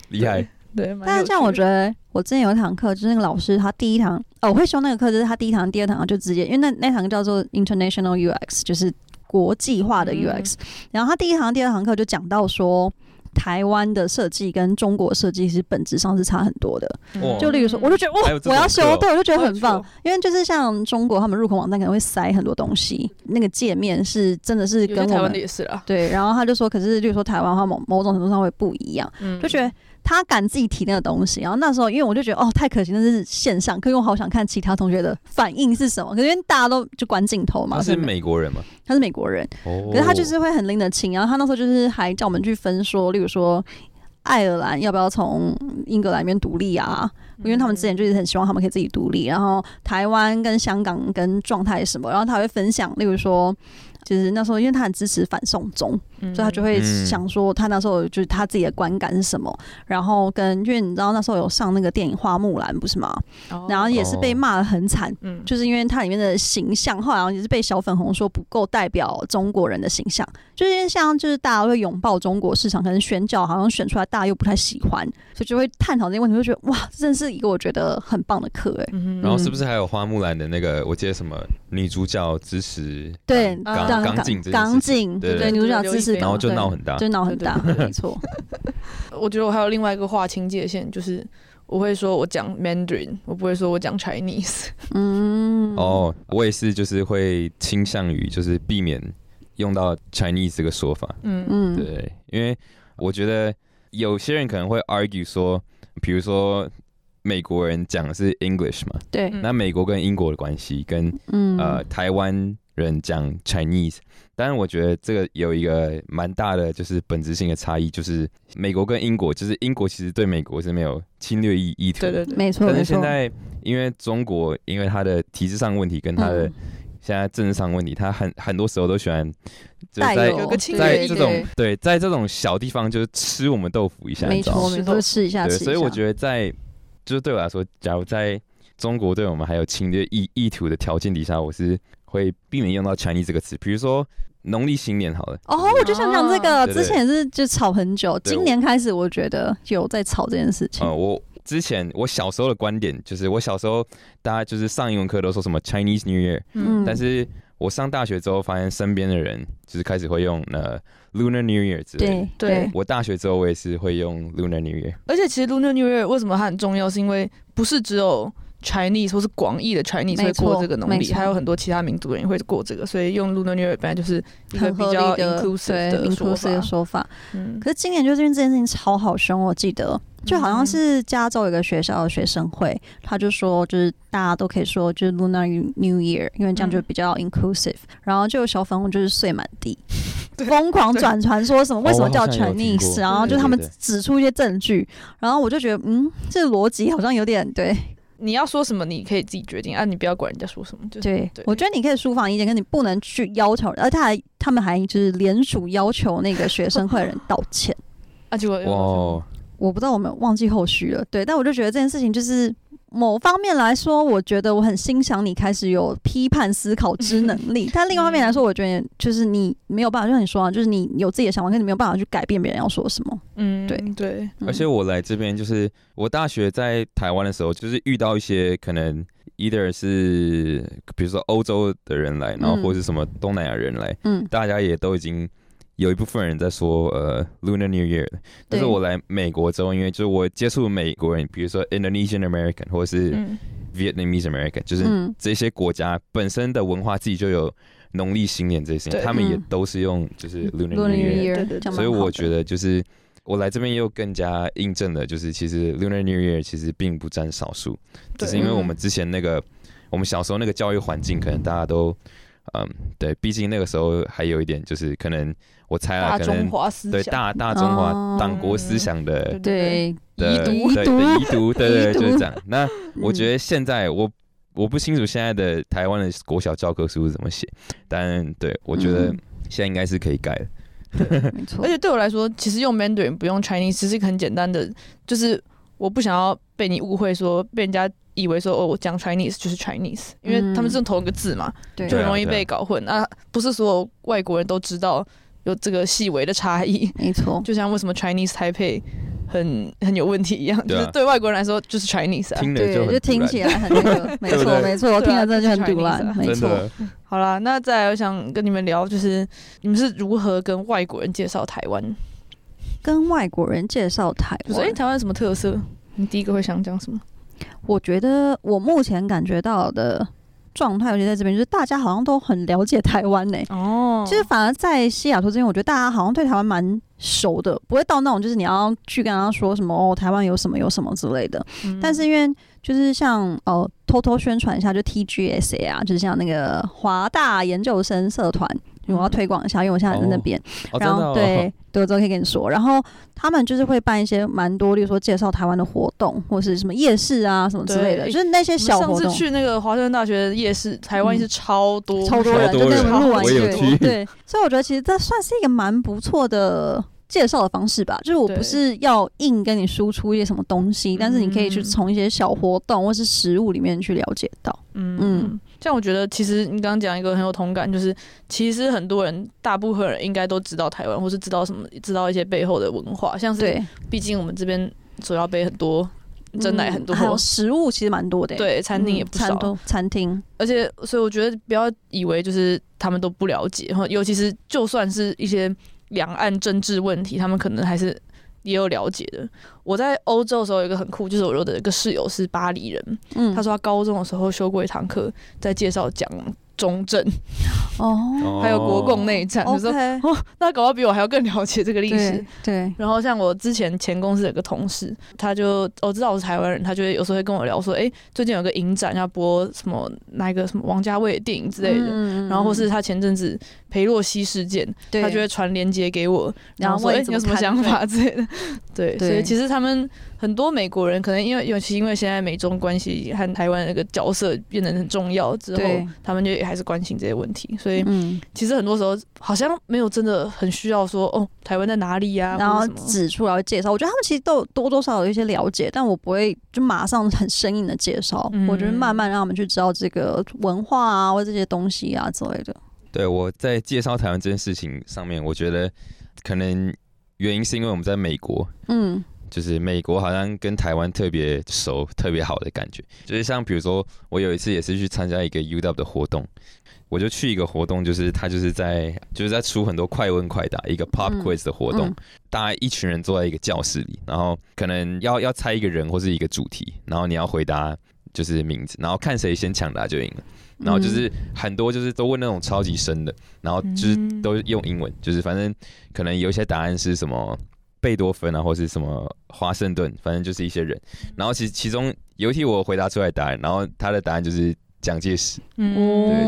Speaker 3: 厉害，
Speaker 1: 对，蛮有
Speaker 2: 但是这样，我
Speaker 1: 趣
Speaker 2: 觉得我之前有一堂课，就是那个老师他第一堂，哦，我会修那个课，就是他第一堂、第二堂就直接，因为那那堂叫做 International UX，就是国际化的
Speaker 1: 嗯
Speaker 2: UX、然后他第一堂、第二堂课就讲到说。台湾的设计跟中国设计其实本质上是差很多的。
Speaker 1: 嗯
Speaker 3: 哦
Speaker 2: 就例如说，我就觉得哇
Speaker 3: 还有，这
Speaker 2: 我要
Speaker 3: 种
Speaker 2: 修
Speaker 3: 课哦，
Speaker 2: 对，我就觉得
Speaker 1: 我有
Speaker 2: 很棒
Speaker 1: 修。
Speaker 2: 因为就是像中国他们入口网站可能会塞很多东西，那个界面是真的是
Speaker 1: 有
Speaker 2: 跟
Speaker 1: 些台
Speaker 2: 我
Speaker 1: 湾
Speaker 2: 们
Speaker 1: 的也是啦，
Speaker 2: 对，然后他就说，可是，例如说台湾的话，某某种程度上会不一样，
Speaker 1: 嗯
Speaker 2: 就觉得他敢自己提那个东西。然后那时候，因为我就觉得哦，太可惜，那是线上，可是我好想看其他同学的反应是什么。可是因为大家都就关镜头嘛，
Speaker 3: 他
Speaker 2: 所以
Speaker 3: 是
Speaker 2: 没
Speaker 3: 美国人嘛，
Speaker 2: 他是美国人，
Speaker 3: 哦，
Speaker 2: 可是他就是会很拎得清。然后他那时候就是还叫我们去分说，例如说。爱尔兰要不要从英格兰里面独立啊？因为他们之前就是很希望他们可以自己独立，然后台湾跟香港跟状态什么，然后他会分享，例如说，就是那时候因为他很支持反送中，
Speaker 1: 嗯，
Speaker 2: 所以他就会
Speaker 3: 嗯
Speaker 2: 想说，他那时候就是他自己的观感是什么，然后跟因为你知道那时候有上那个电影《花木兰》不是吗？
Speaker 1: 哦，
Speaker 2: 然后也是被骂的很惨，
Speaker 1: 嗯
Speaker 2: 就是因为它里面的形象，后来好像也是被小粉红说不够代表中国人的形象，就是因为像就是大家会拥抱中国市场，可能选角好像选出来大家又不太喜欢，所以就会探讨这些问题，就觉得哇，这真是一个我觉得很棒的课哎、欸
Speaker 1: 嗯
Speaker 3: 然后是不是还有花木兰的那个？我记得什么女主角支持
Speaker 2: 对，呃
Speaker 3: 港
Speaker 1: 港
Speaker 3: 港港警这件事
Speaker 2: 港
Speaker 3: 情，
Speaker 2: 警，
Speaker 3: 对
Speaker 2: 对，
Speaker 1: 对
Speaker 2: 女主
Speaker 1: 对
Speaker 2: 角
Speaker 1: 刘
Speaker 2: 支
Speaker 1: 亦
Speaker 2: 持
Speaker 1: 菲
Speaker 2: 港，
Speaker 3: 然后就
Speaker 2: 对
Speaker 3: 闹很大
Speaker 2: 就。闹很大，没错，
Speaker 1: 我觉得我还有另外一个划清界限，就是我会说我讲 Mandarin，我不会说我讲 Chinese。
Speaker 2: 嗯，
Speaker 3: 哦，我也是，就是会倾向于就是避免用到 Chinese 这个说法。
Speaker 1: 嗯
Speaker 2: 嗯，
Speaker 3: 对，因为我觉得有些人可能会 argue 说，比如说美国人讲的是 English 嘛，
Speaker 2: 对，
Speaker 1: 嗯
Speaker 3: 那美国跟英国的关系跟
Speaker 2: 嗯
Speaker 3: 呃，台湾人讲 Chinese，但是我觉得这个有一个蛮大的就是本质性的差异，就是美国跟英国，就是英国其实对美国是没有侵略意意图的，
Speaker 1: 对对对，
Speaker 2: 没错
Speaker 3: 但
Speaker 2: 没
Speaker 3: 是现
Speaker 2: 错，
Speaker 3: 在因为中国因为它的体制上问题跟它的
Speaker 2: 嗯
Speaker 3: 现在政治上问题，它很很多时候都喜欢就
Speaker 2: 带
Speaker 3: 是在
Speaker 2: 有
Speaker 1: 有个侵略
Speaker 3: 在
Speaker 1: 意
Speaker 3: 这
Speaker 1: 图
Speaker 3: 种对在这种小地方就是吃我们豆腐一下，
Speaker 2: 没
Speaker 3: 你知道
Speaker 2: 错
Speaker 3: 吗？
Speaker 2: 没错，吃一下
Speaker 3: 对，
Speaker 2: 吃一下，
Speaker 3: 所以我觉得在就是对我来说，假如在中国对我们还有侵略意意图的条件底下，我是会避免用到 Chinese 这个词。比如说农历新年好了，嗯
Speaker 2: 哦，我就想讲这个，
Speaker 3: 对对
Speaker 2: 之前是就吵很久，
Speaker 3: 对
Speaker 2: 今年开始我觉得有在吵这件事情
Speaker 3: 呃，。我之前我小时候的观点就是，我小时候大家就是上英文课都说什么 Chinese New Year，
Speaker 2: 嗯
Speaker 3: 但是我上大学之后发现身边的人就是开始会用呃 Lunar New Year 之类的。
Speaker 2: 对
Speaker 1: 对
Speaker 2: 对，
Speaker 3: 我大学之后我也是会用 Lunar New Year，
Speaker 1: 而且其实 Lunar New Year 为什么它很重要，是因为不是只有 Chinese 或是广义的 Chinese
Speaker 2: 没
Speaker 1: 会
Speaker 2: 错
Speaker 1: 过这个农
Speaker 2: 没
Speaker 1: 历，
Speaker 2: 错
Speaker 1: 还有很多其他民族的人也会过这个，所以用 Lunar New Year 本来就是一个
Speaker 2: 很
Speaker 1: 比
Speaker 2: 合
Speaker 1: 较
Speaker 2: 理的
Speaker 1: inclusive
Speaker 2: 对
Speaker 1: 的说
Speaker 2: inclusive 的
Speaker 1: 法。
Speaker 2: 说法。
Speaker 1: 嗯，
Speaker 2: 可是今年就是因为这件事情吵好凶，我记得就好像
Speaker 1: 嗯
Speaker 2: 是加州有一个学校的学生会，他就说就是大家都可以说就是 Lunar New Year，因为这样
Speaker 1: 嗯
Speaker 2: 就比较 inclusive。然后就有小粉红就是睡满 地，疯狂转传说什么为什么叫
Speaker 3: 哦我好像有听
Speaker 2: Chinese，
Speaker 3: 过
Speaker 2: 然后就
Speaker 1: 对对
Speaker 2: 他们
Speaker 3: 对
Speaker 2: 指出一些证据，然后我就觉得嗯，这个逻辑好像有点对
Speaker 1: 你要说什么，你可以自己决定啊，你不要管人家说什么，就是
Speaker 2: 对
Speaker 1: 对
Speaker 2: 我觉得你可以抒发意见，可你不能去要求，而他还他们还就是联署要求那个学生会的人道歉。
Speaker 1: 啊，结果
Speaker 3: 哇
Speaker 1: 又
Speaker 3: 哦，
Speaker 2: 我不知道我们忘记后续了，对，但我就觉得这件事情就是某方面来说，我觉得我很欣赏你开始有批判思考之能 力，但另外一方面来说，我觉得就是你没有办法，就像你说啊，就是你有自己的想法，可是你没有办法去改变别人要说什么。
Speaker 1: 嗯，
Speaker 2: 对
Speaker 1: 对，
Speaker 2: 嗯
Speaker 3: 而且我来这边就是我大学在台湾的时候，就是遇到一些可能 either 是比如说欧洲的人来，然后
Speaker 2: 嗯
Speaker 3: 或是什么东南亚人来，
Speaker 2: 嗯，
Speaker 3: 大家也都已经有一部分人在说呃 Lunar New Year 了。但是我来美国之后，因为就是我接触美国人，比如说 Indonesian American 或是
Speaker 1: 嗯
Speaker 3: Vietnamese American，、就是
Speaker 2: 嗯
Speaker 3: 这些国家本身的文化自己就有农历新年这些事情，
Speaker 1: 对
Speaker 3: 他们也
Speaker 2: 嗯
Speaker 3: 都是用就是 Lunar New
Speaker 2: Lunar New
Speaker 1: Year，对
Speaker 3: Year。
Speaker 2: Year，
Speaker 1: 对对
Speaker 2: 这样蛮
Speaker 3: 所以
Speaker 2: 好
Speaker 3: 我
Speaker 2: 的
Speaker 3: 觉得就是我来这边又更加印证了，就是其实 Lunar New Year 其实并不占少数，只
Speaker 1: 对
Speaker 3: 是因为
Speaker 2: 嗯
Speaker 3: 我们之前那个我们小时候那个教育环境，可能大家都嗯对，毕竟那个时候还有一点就是可能我猜啊，
Speaker 1: 大
Speaker 3: 可
Speaker 1: 中
Speaker 3: 能
Speaker 1: 华思
Speaker 3: 对
Speaker 1: 想，
Speaker 3: 大大中华
Speaker 2: 哦
Speaker 3: 党国思想的
Speaker 1: 对
Speaker 2: 对
Speaker 3: 的
Speaker 2: 遗
Speaker 3: 对
Speaker 2: 毒，
Speaker 3: 的遗毒，对 对
Speaker 2: 遗
Speaker 3: 对
Speaker 2: 毒嗯
Speaker 3: 就是这样。那
Speaker 1: 嗯
Speaker 3: 我觉
Speaker 2: 得
Speaker 3: 得现在我。我不清楚现在的台湾的国小教科书是怎么写，但对我觉得
Speaker 2: 嗯
Speaker 3: 现在应该是可以改 的。
Speaker 2: 没错，
Speaker 1: 而且对我来说，其实用 Mandarin 不用 Chinese 只是一个很简单的，就是我不想要被你误会说被人家以为说哦，我讲 Chinese 就是 Chinese，因
Speaker 2: 嗯
Speaker 1: 为他们是用同一个字嘛，
Speaker 2: 对
Speaker 1: 就很容易
Speaker 3: 对啊对啊
Speaker 1: 被搞混。啊，不是所有外国人都知道有这个细微的差异，
Speaker 2: 没错，
Speaker 1: 就像为什么 Chinese Taipei 很很有问题一样，
Speaker 3: 对
Speaker 1: 就
Speaker 3: 啊
Speaker 1: 是对外国人来说就是 Chinese 啊。
Speaker 3: 听了
Speaker 2: 对，
Speaker 3: 就很
Speaker 2: 就
Speaker 3: 突然
Speaker 2: 听起来很那个，没
Speaker 3: 对不
Speaker 2: 错
Speaker 3: 对
Speaker 2: 没错，我听
Speaker 1: 对啊
Speaker 2: 了
Speaker 1: 就
Speaker 2: 真的就
Speaker 1: 是
Speaker 2: 很
Speaker 1: Chinese
Speaker 2: 毒
Speaker 1: 啊
Speaker 2: 烂，没
Speaker 3: 真
Speaker 2: 错，
Speaker 3: 的
Speaker 1: 好啦，那再来我想跟你们聊，就是你们是如何跟外国人介绍台湾？
Speaker 2: 跟外国人介绍台
Speaker 1: 就是哎、
Speaker 2: 湾
Speaker 1: 诶。台湾有什么特色？你第一个会想讲什么？
Speaker 2: 我觉得我目前感觉到的状态，尤其在这边，就是大家好像都很了解台湾呢、
Speaker 1: 哦
Speaker 2: 就是反而在西雅图这边，我觉得大家好像对台湾蛮熟的，不会到那种就是你要去跟他说什么哦，台湾有什么有什么之类的。
Speaker 3: 嗯
Speaker 1: 嗯
Speaker 2: 但是因为就是像呃，偷偷宣传一下，就 TGSA 啊，就是像那个华大研究生社团，我要推广一下，因为我现在在那边。
Speaker 3: 哦，真
Speaker 2: 然
Speaker 3: 的
Speaker 2: 后
Speaker 3: 哦
Speaker 2: 对，对我之后可以跟你说。然后他们就是会办一些蛮多，例如说介绍台湾的活动，或是什么夜市啊什么之类的，
Speaker 1: 对
Speaker 2: 就是那些小
Speaker 1: 我们
Speaker 2: 活
Speaker 1: 上
Speaker 2: 动
Speaker 1: 次。去那个华盛顿大学的夜市，台湾夜市超多，
Speaker 2: 超多人，
Speaker 3: 超
Speaker 2: 就
Speaker 3: 多
Speaker 2: 那
Speaker 3: 人
Speaker 2: 种录完
Speaker 3: 我也有
Speaker 2: 对
Speaker 3: 去
Speaker 2: 对，所以我觉得其实这算是一个蛮不错的介绍的方式吧。就是我不
Speaker 1: 对
Speaker 2: 是要硬跟你输出一些什么东西，但是你可以去
Speaker 1: 嗯
Speaker 2: 从一些小活动或是食物里面去了解到。
Speaker 1: 嗯
Speaker 2: 嗯
Speaker 1: 嗯，像我觉得其实你刚刚讲一个很有同感，就是其实很多人，大部分人应该都知道台湾，或是知道什么，知道一些背后的文化，像是
Speaker 2: 对，
Speaker 1: 毕竟我们这边手摇杯很多，真奶很多，
Speaker 2: 嗯还有食物其实蛮多的、嗯，
Speaker 1: 对，餐厅也不少
Speaker 2: 餐，都餐厅，
Speaker 1: 而且所以我觉得不要以为就是他们都不了解，然后尤其是就算是一些两岸政治问题，他们可能还是。也有了解的。我在欧洲的时候有一个很酷，就是我有的一个室友是巴黎人，
Speaker 2: 嗯
Speaker 1: 他说他高中的时候修过一堂课，在介绍蒋中正，
Speaker 2: 哦
Speaker 3: 哦
Speaker 1: 还有国共内战，就说
Speaker 2: ，OK，
Speaker 1: 那搞到比我还要更了解这个历史
Speaker 2: 对。对，
Speaker 1: 然后像我之前前公司有个同事，他就我知道我是台湾人，他就会有时候会跟我聊说，哎、最近有个影展要播什么哪一个什么王家卫的电影之类的，
Speaker 2: 嗯
Speaker 1: 然后或是他前阵子裴洛西事件，
Speaker 2: 对
Speaker 1: 他就会传链接给我，
Speaker 2: 然后
Speaker 1: 说
Speaker 2: 问
Speaker 1: 哎、
Speaker 2: 你
Speaker 1: 你有什
Speaker 2: 怎么
Speaker 1: 么
Speaker 2: 看
Speaker 1: 想法之类 的。对，
Speaker 2: 对
Speaker 1: 所以其实他们很多美国人可能因为尤其因为现在美中关系和台湾那个角色变得很重要之后
Speaker 2: 对，
Speaker 1: 他们就也还是关心这些问题，所以
Speaker 2: 嗯，
Speaker 1: 其实很多时候好像没有真的很需要说哦，台湾在哪里呀、
Speaker 2: 然
Speaker 1: 或者
Speaker 2: 后
Speaker 1: 什么
Speaker 2: 指出来介绍，我觉得他们其实都有多多少少有一些了解，但我不会就马上很生硬的介绍，
Speaker 1: 嗯
Speaker 2: 我觉得慢慢让他们去知道这个文化啊或者这些东西啊之类的。
Speaker 3: 对，我在介绍台湾这件事情上面，我觉得可能原因是因为我们在美国，
Speaker 2: 嗯，
Speaker 3: 就是美国好像跟台湾特别熟、特别好的感觉。就是像比如说，我有一次也是去参加一个 UW 的活动，我就去一个活动，就是他就是在就是在出很多快问快答一个 pop
Speaker 2: 嗯
Speaker 3: quiz 的活动，
Speaker 2: 嗯
Speaker 3: 大家一群人坐在一个教室里，然后可能要要猜一个人或是一个主题，然后你要回答就是名字，然后看谁先抢答就赢了。
Speaker 2: 嗯
Speaker 3: 然后就是很多就是都问那种超级深的，然后哦就是
Speaker 1: 嗯
Speaker 3: 都用英文，就是反正可能有一些答案是什么贝多芬啊，或是什么华盛顿，反正就是一些人。然后其其中有一题我回答出来答案，然后他的答案就是蒋介石，
Speaker 1: 嗯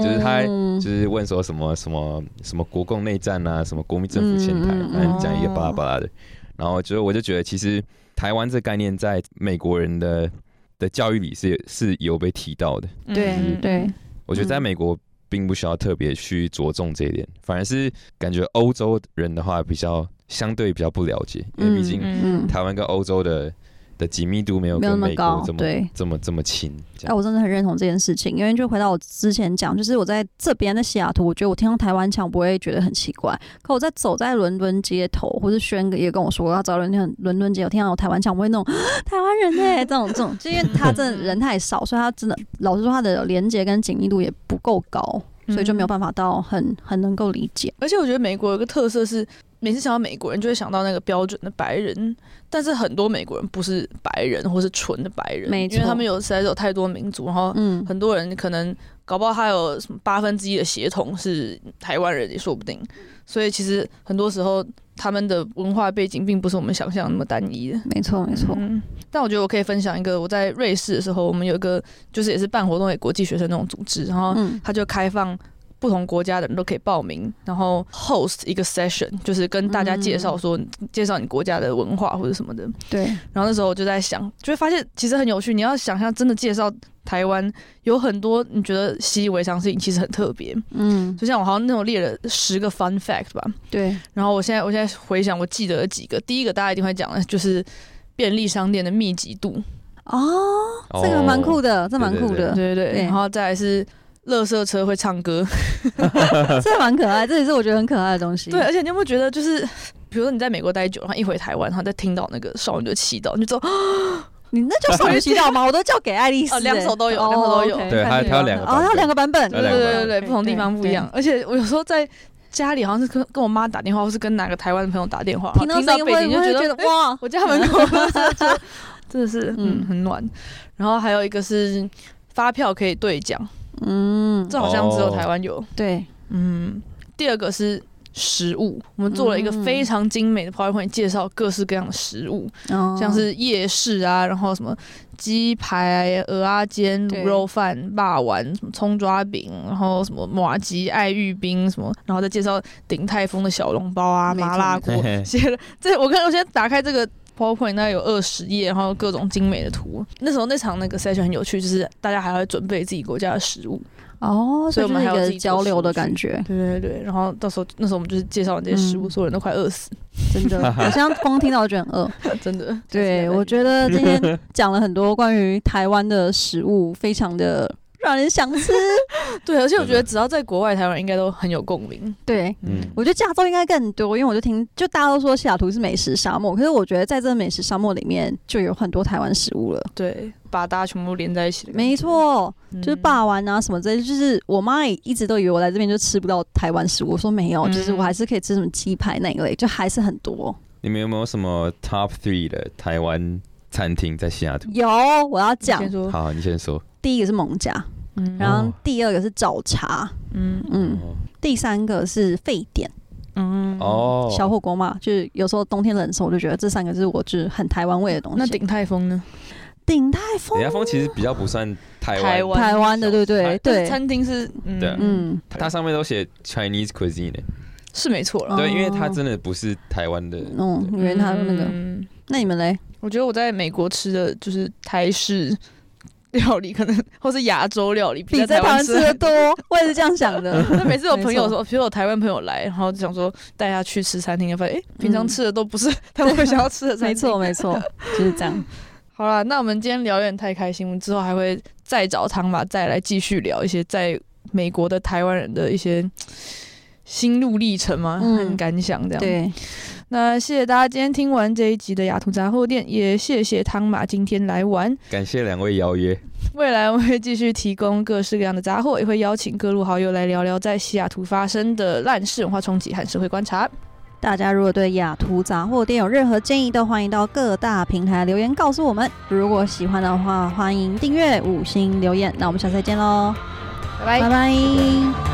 Speaker 3: 对就是他
Speaker 2: 嗯
Speaker 3: 就是问说什么什么什么国共内战啊，什么国民政府迁台，
Speaker 2: 嗯
Speaker 3: 反正讲一个
Speaker 1: 哦
Speaker 3: 巴拉巴拉的。然后就是我就觉得其实台湾这概念在美国人的的教育里是是有被提到的。
Speaker 2: 对
Speaker 1: 嗯
Speaker 2: 对，
Speaker 3: 我觉得在
Speaker 2: 嗯
Speaker 3: 美国并不需要特别去着重这一点，反而是感觉欧洲人的话比较相对比较不了解，因为毕竟
Speaker 2: 嗯，
Speaker 3: 台湾跟欧洲的的紧密度没有
Speaker 2: 没有那
Speaker 3: 跟
Speaker 2: 么
Speaker 3: 美
Speaker 2: 高
Speaker 3: 国这，么
Speaker 2: 对，
Speaker 3: 这么这么亲。这
Speaker 2: 哎，
Speaker 3: 样
Speaker 2: 我真的很认同这件事情，因为就回到我之前讲，就是我在这边在西雅图，我觉得我听到台湾腔，我不会觉得很奇怪。可我在走在伦敦街头，或是轩哥也跟我说，要走伦敦伦敦街，我听到有台湾腔，我会那种台湾人呢、这种这种，就因为他真的人太少，所以他真的老实说，他的连接跟紧密度也不够高，所以就没有
Speaker 1: 嗯
Speaker 2: 办法到很很能够理解。
Speaker 1: 而且我觉得美国有个特色是，每次想到美国人就会想到那个标准的白人，但是很多美国人不是白人或是纯的白人，
Speaker 2: 没错
Speaker 1: 因为他们有实在是有太多民族，然后
Speaker 2: 嗯，
Speaker 1: 很多人可能搞不好他有什么八分之一的血统是台湾人也说不定，所以其实很多时候他们的文化背景并不是我们想象那么单一的。
Speaker 2: 没错没错，
Speaker 1: 嗯，但我觉得我可以分享一个，我在瑞士的时候，我们有一个就是也是办活动给国际学生那种组织，然后
Speaker 2: 嗯
Speaker 1: 他就开放不同国家的人都可以报名，然后 host 一个 session，就是跟大家介绍说、介绍你国家的文化或者什么的。
Speaker 2: 对，
Speaker 1: 然后那时候我就在想，就会发现其实很有趣。你要想象真的介绍台湾，有很多你觉得习以为常的事情，其实很特别。
Speaker 2: 嗯
Speaker 1: 就像我好像那种列了十个 fun fact 吧，
Speaker 2: 对，
Speaker 1: 然后我现在我现在回想，我记得了几个。第一个大家一定会讲的就是便利商店的密集度，
Speaker 2: 哦，这个蛮酷
Speaker 3: 的，
Speaker 2: 的，这蛮酷的，
Speaker 1: 对对
Speaker 2: 对
Speaker 1: 对，然后再来是。垃圾车会唱歌，
Speaker 2: 这蛮可爱，这也是我觉得很可爱的东西。
Speaker 1: 对，而且你有没有觉得，就是比如说你在美国待久，然后一回台湾，然后再听到那个少女的祈祷，你就知道
Speaker 2: 你那叫少女祈祷吗？我都叫给爱丽丝、欸。
Speaker 1: 哦，两首都有，
Speaker 2: 哦
Speaker 1: 两首都有，
Speaker 2: OK
Speaker 3: 对
Speaker 1: 看
Speaker 3: 还有
Speaker 1: 你
Speaker 3: 还有
Speaker 1: 要
Speaker 3: 两个
Speaker 2: 哦，它有两个版本，
Speaker 3: 它有
Speaker 1: 对
Speaker 3: 两
Speaker 1: 对
Speaker 3: 个版
Speaker 1: 对对
Speaker 3: 本
Speaker 1: 对，不同地方不一样。。而且我有时候在家里好像是跟跟我妈打电话，或是跟哪个台湾的朋友打电话，
Speaker 2: 哦听
Speaker 1: 然后
Speaker 2: 到
Speaker 1: 听到
Speaker 2: 声音
Speaker 1: 背景
Speaker 2: 会
Speaker 1: 就
Speaker 2: 会觉
Speaker 1: 觉
Speaker 2: 得
Speaker 1: 得，
Speaker 2: 哇，
Speaker 1: 我家门 口垃圾车真的是
Speaker 2: 嗯
Speaker 1: 嗯很暖。然后还有一个是发票可以兑奖，
Speaker 2: 嗯，
Speaker 1: 这好像只有
Speaker 3: 哦
Speaker 1: 台湾有。
Speaker 2: 对，
Speaker 1: 嗯，第二个是。食物，我们做了一个
Speaker 2: 嗯
Speaker 1: 非常精美的 PowerPoint，介绍各式各样的食物，
Speaker 2: 哦
Speaker 1: 像是夜市啊，然后什么鸡排、鹅啊煎、
Speaker 2: 对
Speaker 1: 卤肉饭、霸丸、什么葱抓饼，然后什么马吉、爱玉冰什么，然后再介绍鼎泰丰的小笼包啊、
Speaker 2: 没错
Speaker 1: 麻辣
Speaker 3: 嘿
Speaker 1: 锅
Speaker 3: 嘿。
Speaker 1: 写了这，我看我现在打开这个 PowerPoint，大概有二十页，然后各种精美的图。那时候那场那个 session 很有趣，就是大家还会准备自己国家的食物。
Speaker 2: 哦，
Speaker 1: 所
Speaker 2: 所
Speaker 1: 以我
Speaker 2: 以就是
Speaker 1: 们
Speaker 2: 一
Speaker 1: 还有
Speaker 2: 个
Speaker 1: 自己做
Speaker 2: 交流
Speaker 1: 数
Speaker 2: 的
Speaker 1: 据
Speaker 2: 感觉，
Speaker 1: 对对对，然后到时候那时候我们就是介绍完这些食物，
Speaker 2: 嗯
Speaker 1: 所有人都快饿死，
Speaker 2: 真 的，我现在光听到就觉得很 饿。
Speaker 1: 真的。
Speaker 2: 对，我觉得今天讲了很多关于台湾的食物，非常的让人想 吃。
Speaker 1: 对，而且我觉得
Speaker 3: 真
Speaker 1: 只要在国外，台湾人应该都很有共鸣。
Speaker 2: 对，
Speaker 3: 嗯，
Speaker 2: 我觉得加州应该更多，因为我就听，就大家都说西雅图是美食沙漠，可是我觉得在这美食沙漠里面就有很多台湾食物了。
Speaker 1: 对，把大家全部连在一起的感觉。
Speaker 2: 没错，
Speaker 1: 嗯，
Speaker 2: 就是霸王啊什么之类，就是我妈也一直都以为我来这边就吃不到台湾食物，我说没有，
Speaker 1: 嗯
Speaker 2: 就是我还是可以吃什么鸡排那一类，就还是很多。
Speaker 3: 你们有没有什么 top three 的台湾餐厅在西雅图？
Speaker 2: 有，我要讲
Speaker 1: 先，说，
Speaker 3: 好，你先说。
Speaker 2: 第一个是蒙家，
Speaker 1: 嗯
Speaker 2: 然后
Speaker 3: 哦
Speaker 2: 第二个是早茶，
Speaker 1: 嗯
Speaker 2: 嗯，第三个是沸点
Speaker 1: 嗯，
Speaker 3: 哦，
Speaker 2: 小火锅嘛，就是有时候冬天冷的时候，我就觉得这三个是我就是很台湾味的东西。
Speaker 1: 那鼎泰丰呢？
Speaker 2: 鼎泰丰
Speaker 3: 人家风其实比较不算台
Speaker 1: 台
Speaker 3: 湾，
Speaker 1: 湾
Speaker 2: 台湾的，对不对？
Speaker 1: 但是
Speaker 2: 对，
Speaker 1: 餐厅是，嗯
Speaker 3: 对啊
Speaker 2: 嗯，
Speaker 3: 它上面都写 Chinese cuisine，欸、
Speaker 1: 是没错了
Speaker 2: 哦。
Speaker 3: 对，因为它真的不是台湾的。
Speaker 2: 嗯，因为他那个，
Speaker 1: 嗯
Speaker 2: 那你们嘞？
Speaker 1: 我觉得我在美国吃的就是台式料理，可能 或是亚洲料理，
Speaker 2: 比
Speaker 1: 较
Speaker 2: 在
Speaker 1: 台
Speaker 2: 台湾吃
Speaker 1: 的
Speaker 2: 的多，我也是这样想的。
Speaker 1: 那每次有
Speaker 2: 没
Speaker 1: 朋友
Speaker 2: 错
Speaker 1: 说，比如有台湾朋友来，然后就想说带他去吃餐厅，发现哎，平常
Speaker 2: 嗯
Speaker 1: 吃的都不是他们会想要吃的餐厅。
Speaker 2: 没错，。没错，就是这样。
Speaker 1: 好啦，那我们今天聊有点太开心，我们之后还会再找汤马再来继续聊一些在美国的台湾人的一些心路历程嘛，
Speaker 2: 嗯
Speaker 1: 和感想这样。
Speaker 2: 对，
Speaker 1: 那谢谢大家今天听完这一集的雅图杂货店，也谢谢汤马今天来玩。
Speaker 3: 感谢两位邀约，
Speaker 1: 未来我们会继续提供各式各样的杂货，也会邀请各路好友来聊聊在西雅图发生的烂事、文化冲击和社会观察。
Speaker 2: 大家如果对雅图杂货店有任何建议，都欢迎到各大平台留言告诉我们。如果喜欢的话，欢迎订阅、五星留言。那我们下次再见喽，
Speaker 1: 拜拜
Speaker 2: 拜。拜